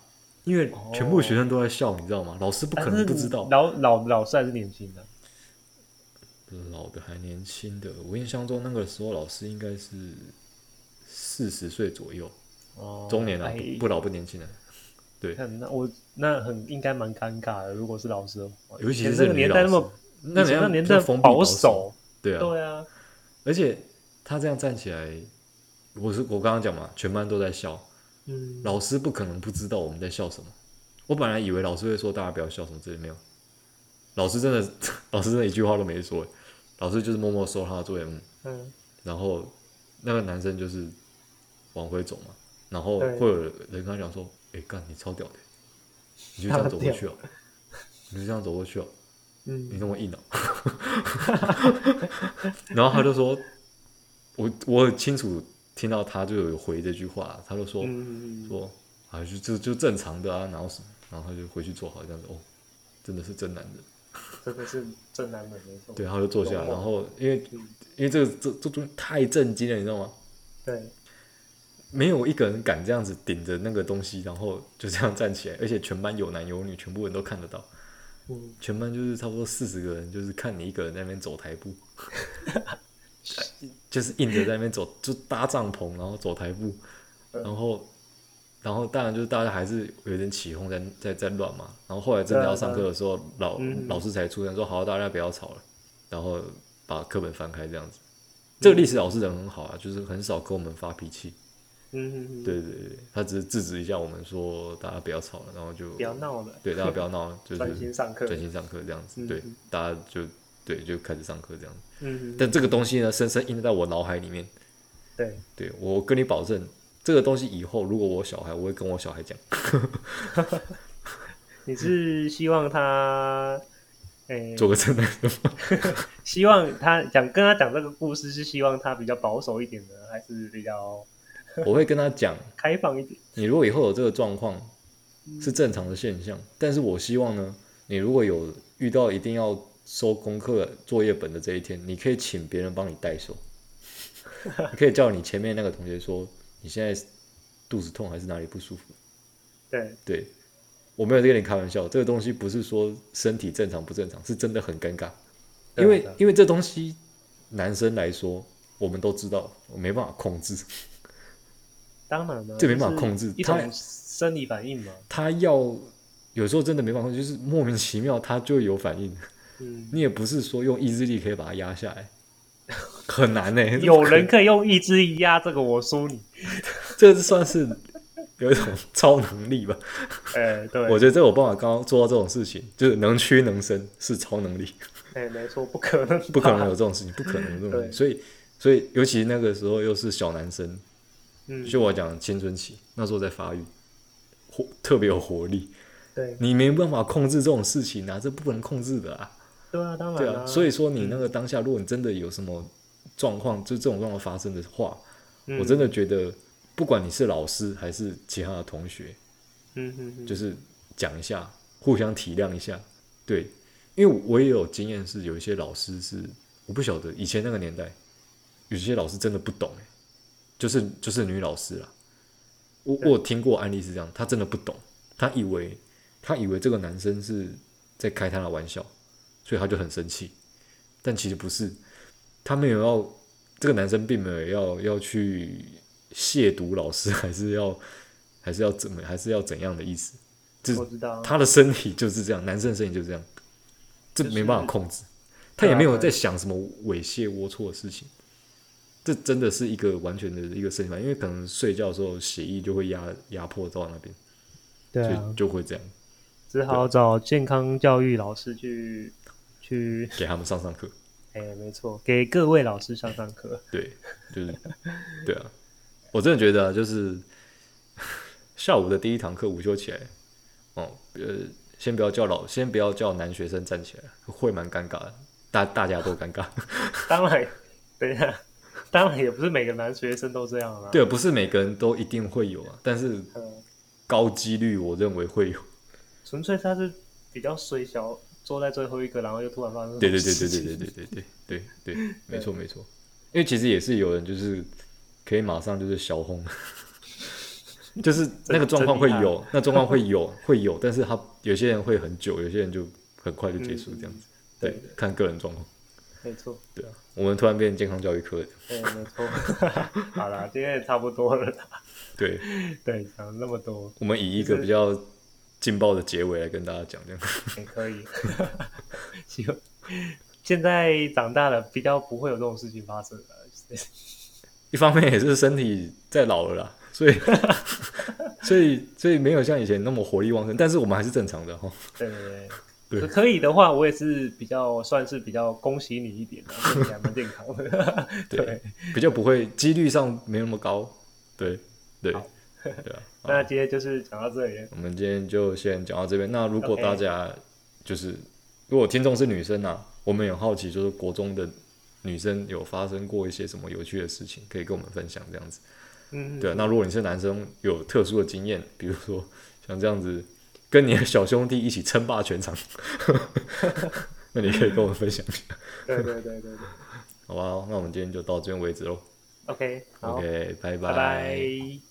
Speaker 2: 因为全部学生都在笑，你知道吗？老师不可
Speaker 1: 但啊是
Speaker 2: 能不知道，
Speaker 1: 老老老师还是年轻的，
Speaker 2: 嗯老的还年轻的，我印象中那个时候老师应该是四十岁左右，
Speaker 1: 哦，
Speaker 2: 中年啊，
Speaker 1: 哎
Speaker 2: 不不老不年轻的、
Speaker 1: 看那我那很应该蛮尴尬的，如果是老师的话，
Speaker 2: 尤其
Speaker 1: 以前
Speaker 2: 是
Speaker 1: 那个
Speaker 2: 女
Speaker 1: 年
Speaker 2: 老
Speaker 1: 代那
Speaker 2: 师
Speaker 1: 么，
Speaker 2: 那
Speaker 1: 以前那年
Speaker 2: 比
Speaker 1: 代
Speaker 2: 较封闭
Speaker 1: 保
Speaker 2: 守
Speaker 1: 守，，
Speaker 2: 对啊，
Speaker 1: 对啊，
Speaker 2: 而且他这样站起来，我是我刚刚讲嘛，全班都在笑，
Speaker 1: 嗯，
Speaker 2: 老师不可能不知道我们在笑什么。我本来以为老师会说大家不要笑什么之类，没有，老师真的 老师真的一句话都没说，老师就是默默收他的作业，嗯，
Speaker 1: 嗯
Speaker 2: 然后那个男生就是往回走嘛，然后
Speaker 1: 对
Speaker 2: 会有人跟他讲说哎干你超屌的，你就这样走过去哦， 你就这样走过去哦，你
Speaker 1: 嗯，
Speaker 2: 那么硬哦。 然后他就说，我我很清楚听到他就有回这句话，他就说、
Speaker 1: 嗯，
Speaker 2: 说啊就就就正常的啊，然后什么然后他就回去做好这样子哦，真的是真男人。
Speaker 1: 真的是正南门没错，
Speaker 2: 对，他就坐下来，
Speaker 1: 有梦
Speaker 2: 然后因为
Speaker 1: 嗯
Speaker 2: 因为这个这这东西太震惊了，你知道吗？
Speaker 1: 对，
Speaker 2: 没有一个人敢这样子顶着那个东西，然后就这样站起来，而且全班有男有女，全部人都看得到，
Speaker 1: 嗯，
Speaker 2: 全班就是差不多四十个人，就是看你一个人在那边走 台步，就是硬着在那边走，就搭帐篷，然后走台步，
Speaker 1: 嗯
Speaker 2: 然后然后当然就是大家还是有点起哄在在在乱嘛，然后后来真的要上课的时候，老
Speaker 1: 嗯
Speaker 2: 老师才出声说好，啊大家不要吵了，然后把课本翻开这样子。
Speaker 1: 嗯
Speaker 2: 这个历史老师人很好啊，就是很少跟我们发脾气。
Speaker 1: 嗯，嗯，嗯
Speaker 2: 对对对，他只是制止一下我们说大家不要吵了，然后就
Speaker 1: 不要闹了，
Speaker 2: 对 大家不要闹了，就是
Speaker 1: 专心上课，
Speaker 2: 专心上课这样子。
Speaker 1: 嗯
Speaker 2: 对
Speaker 1: 嗯，
Speaker 2: 大家就对就开始上课这样子。
Speaker 1: 嗯，嗯，
Speaker 2: 但这个东西呢，深深印在我脑海里面。
Speaker 1: 对，
Speaker 2: 对我跟你保证，这个东西以后如果我有小孩，我会跟我小孩讲。
Speaker 1: 你是希望他，诶、
Speaker 2: 做个真的，
Speaker 1: 希望他讲跟他讲这个故事，是希望他比较保守一点呢，还是比较
Speaker 2: 我会跟他讲，
Speaker 1: 开放一点？
Speaker 2: 你如果以后有这个状况，是正常的现象。但是我希望呢，你如果有遇到一定要收功课作业本的这一天，你可以请别人帮你代收，你可以叫你前面那个同学说，你现在肚子痛还是哪里不舒服？
Speaker 1: 对，
Speaker 2: 对，我没有在跟你开玩笑，这个东西不是说身体正常不正常，是真的很尴尬。
Speaker 1: 对啊
Speaker 2: 因为
Speaker 1: 对啊
Speaker 2: 因为这东西，男生来说，我们都知道，我没办法控制，
Speaker 1: 当然了，
Speaker 2: 这没办法控制
Speaker 1: 就是一
Speaker 2: 他
Speaker 1: 种生理反应嘛。
Speaker 2: 他要有时候真的没办法控制，就是莫名其妙他就有反应，
Speaker 1: 嗯，
Speaker 2: 你也不是说用意志力可以把它压 下来，很难欸呢、
Speaker 1: 有人可以用意志力压这个，我输你。
Speaker 2: 这算是有一种超能力吧？
Speaker 1: 哎、对，
Speaker 2: 我觉得这我办法刚刚做到这种事情，就是能屈能伸是超能力。
Speaker 1: 哎、没错，不可能，
Speaker 2: 不可能有这种事情，不可能有这种事情。
Speaker 1: 对
Speaker 2: 所以，所以尤其那个时候又是小男生，
Speaker 1: 嗯，
Speaker 2: 就我讲青春期，那时候在发育，活特别有活力，
Speaker 1: 对，
Speaker 2: 你没办法控制这种事情啊，这不能控制的啊，
Speaker 1: 对啊，当然
Speaker 2: 对
Speaker 1: 啦、
Speaker 2: 啊。所以说你那个当下，如果你真的有什么状况，就这种状况发生的话，
Speaker 1: 嗯
Speaker 2: 我真的觉得，不管你是老师还是其他的同学，
Speaker 1: 嗯嗯嗯，
Speaker 2: 就是讲一下，互相体谅一下。对，因为我也有经验是，有一些老师是我不晓得以前那个年代，有些老师真的不懂、欸，就是就是女老师啦。我我
Speaker 1: 对
Speaker 2: 有听过案例是这样，她真的不懂，她以为她以为这个男生是在开她的玩笑，所以她就很生气，但其实不是，他没有要这个男生并没有要要去亵渎老师，还是要还是要怎么还是要怎样的意思？就
Speaker 1: 嗯我知道，
Speaker 2: 他的身体就是这样，男生的身体就是这样，这
Speaker 1: 就是啊
Speaker 2: 没办法控制。他也没有在想什么猥亵龌龊的事情，这真的是一个完全的一个身体反应，因为可能睡觉的时候血液就会压压迫到那边，
Speaker 1: 对
Speaker 2: 所
Speaker 1: 啊
Speaker 2: 以，就会这样
Speaker 1: 只好找健康教育老师去去，
Speaker 2: 给他们上上课。
Speaker 1: 哎、没错，给各位老师上上课。
Speaker 2: 对，就是对啊，我真的觉得、啊、就是 下午的第一堂课午休起来，哦，呃，先不要叫老，先不要叫男学生站起来，会蛮尴尬的，大大家都尴尬。
Speaker 1: 当然，等一下，当然也不是每个男学生都这样啊啦。
Speaker 2: 对，不是每个人都一定会有啊，但是
Speaker 1: 嗯，
Speaker 2: 高几率我认为会有。
Speaker 1: 纯粹他是比较衰小，坐在最后一个，然后又突然发生。
Speaker 2: 对对对对对对对对对 对对，没错没错。因为其实也是有人就是可以马上就是小红， 就是那个状况会
Speaker 1: 真厉
Speaker 2: 有，那状况会有 会有，但是他有些人会很久，有些人就很快就结束这样子。
Speaker 1: 嗯
Speaker 2: 对，看个人状况。
Speaker 1: 没错，
Speaker 2: 对啊，我们突然变健康教育科了。
Speaker 1: 对，没错。 好啦，今天也差不多了啦。
Speaker 2: 对，
Speaker 1: 对，讲了那么多
Speaker 2: 我们以一个比较劲爆的结尾来跟大家讲这样。
Speaker 1: 也可以。 希望现在长大了，比较不会有这种事情发生了。
Speaker 2: 一方面也是身体在老了啦，所以所以所以没有像以前那么活力旺盛，但是我们还是正常的哈。
Speaker 1: 对对
Speaker 2: 对
Speaker 1: 对，可 以的话，我也是比较算是比较恭喜你一点 啊，身体还蛮健康的。
Speaker 2: 对，比较不会，几率上没那么高。对对
Speaker 1: 好，
Speaker 2: 对啊。
Speaker 1: 那今天就是讲到这里了，
Speaker 2: 我们今天就先讲到这边。那如果
Speaker 1: OK
Speaker 2: 大家就是如果听众是女生啊，我们也很好奇，就是国中的女生有发生过一些什么有趣的事情，可以跟我们分享这样子。
Speaker 1: 嗯，
Speaker 2: 对啊，那如果你是男生，有特殊的经验， 比如说像这样子跟你的小兄弟一起称霸全场， 那你可以跟我们分享一下，
Speaker 1: 对对对对对
Speaker 2: 好不好？那我们今天就到这边为止喽。
Speaker 1: ，OK，好
Speaker 2: OK，
Speaker 1: 拜拜。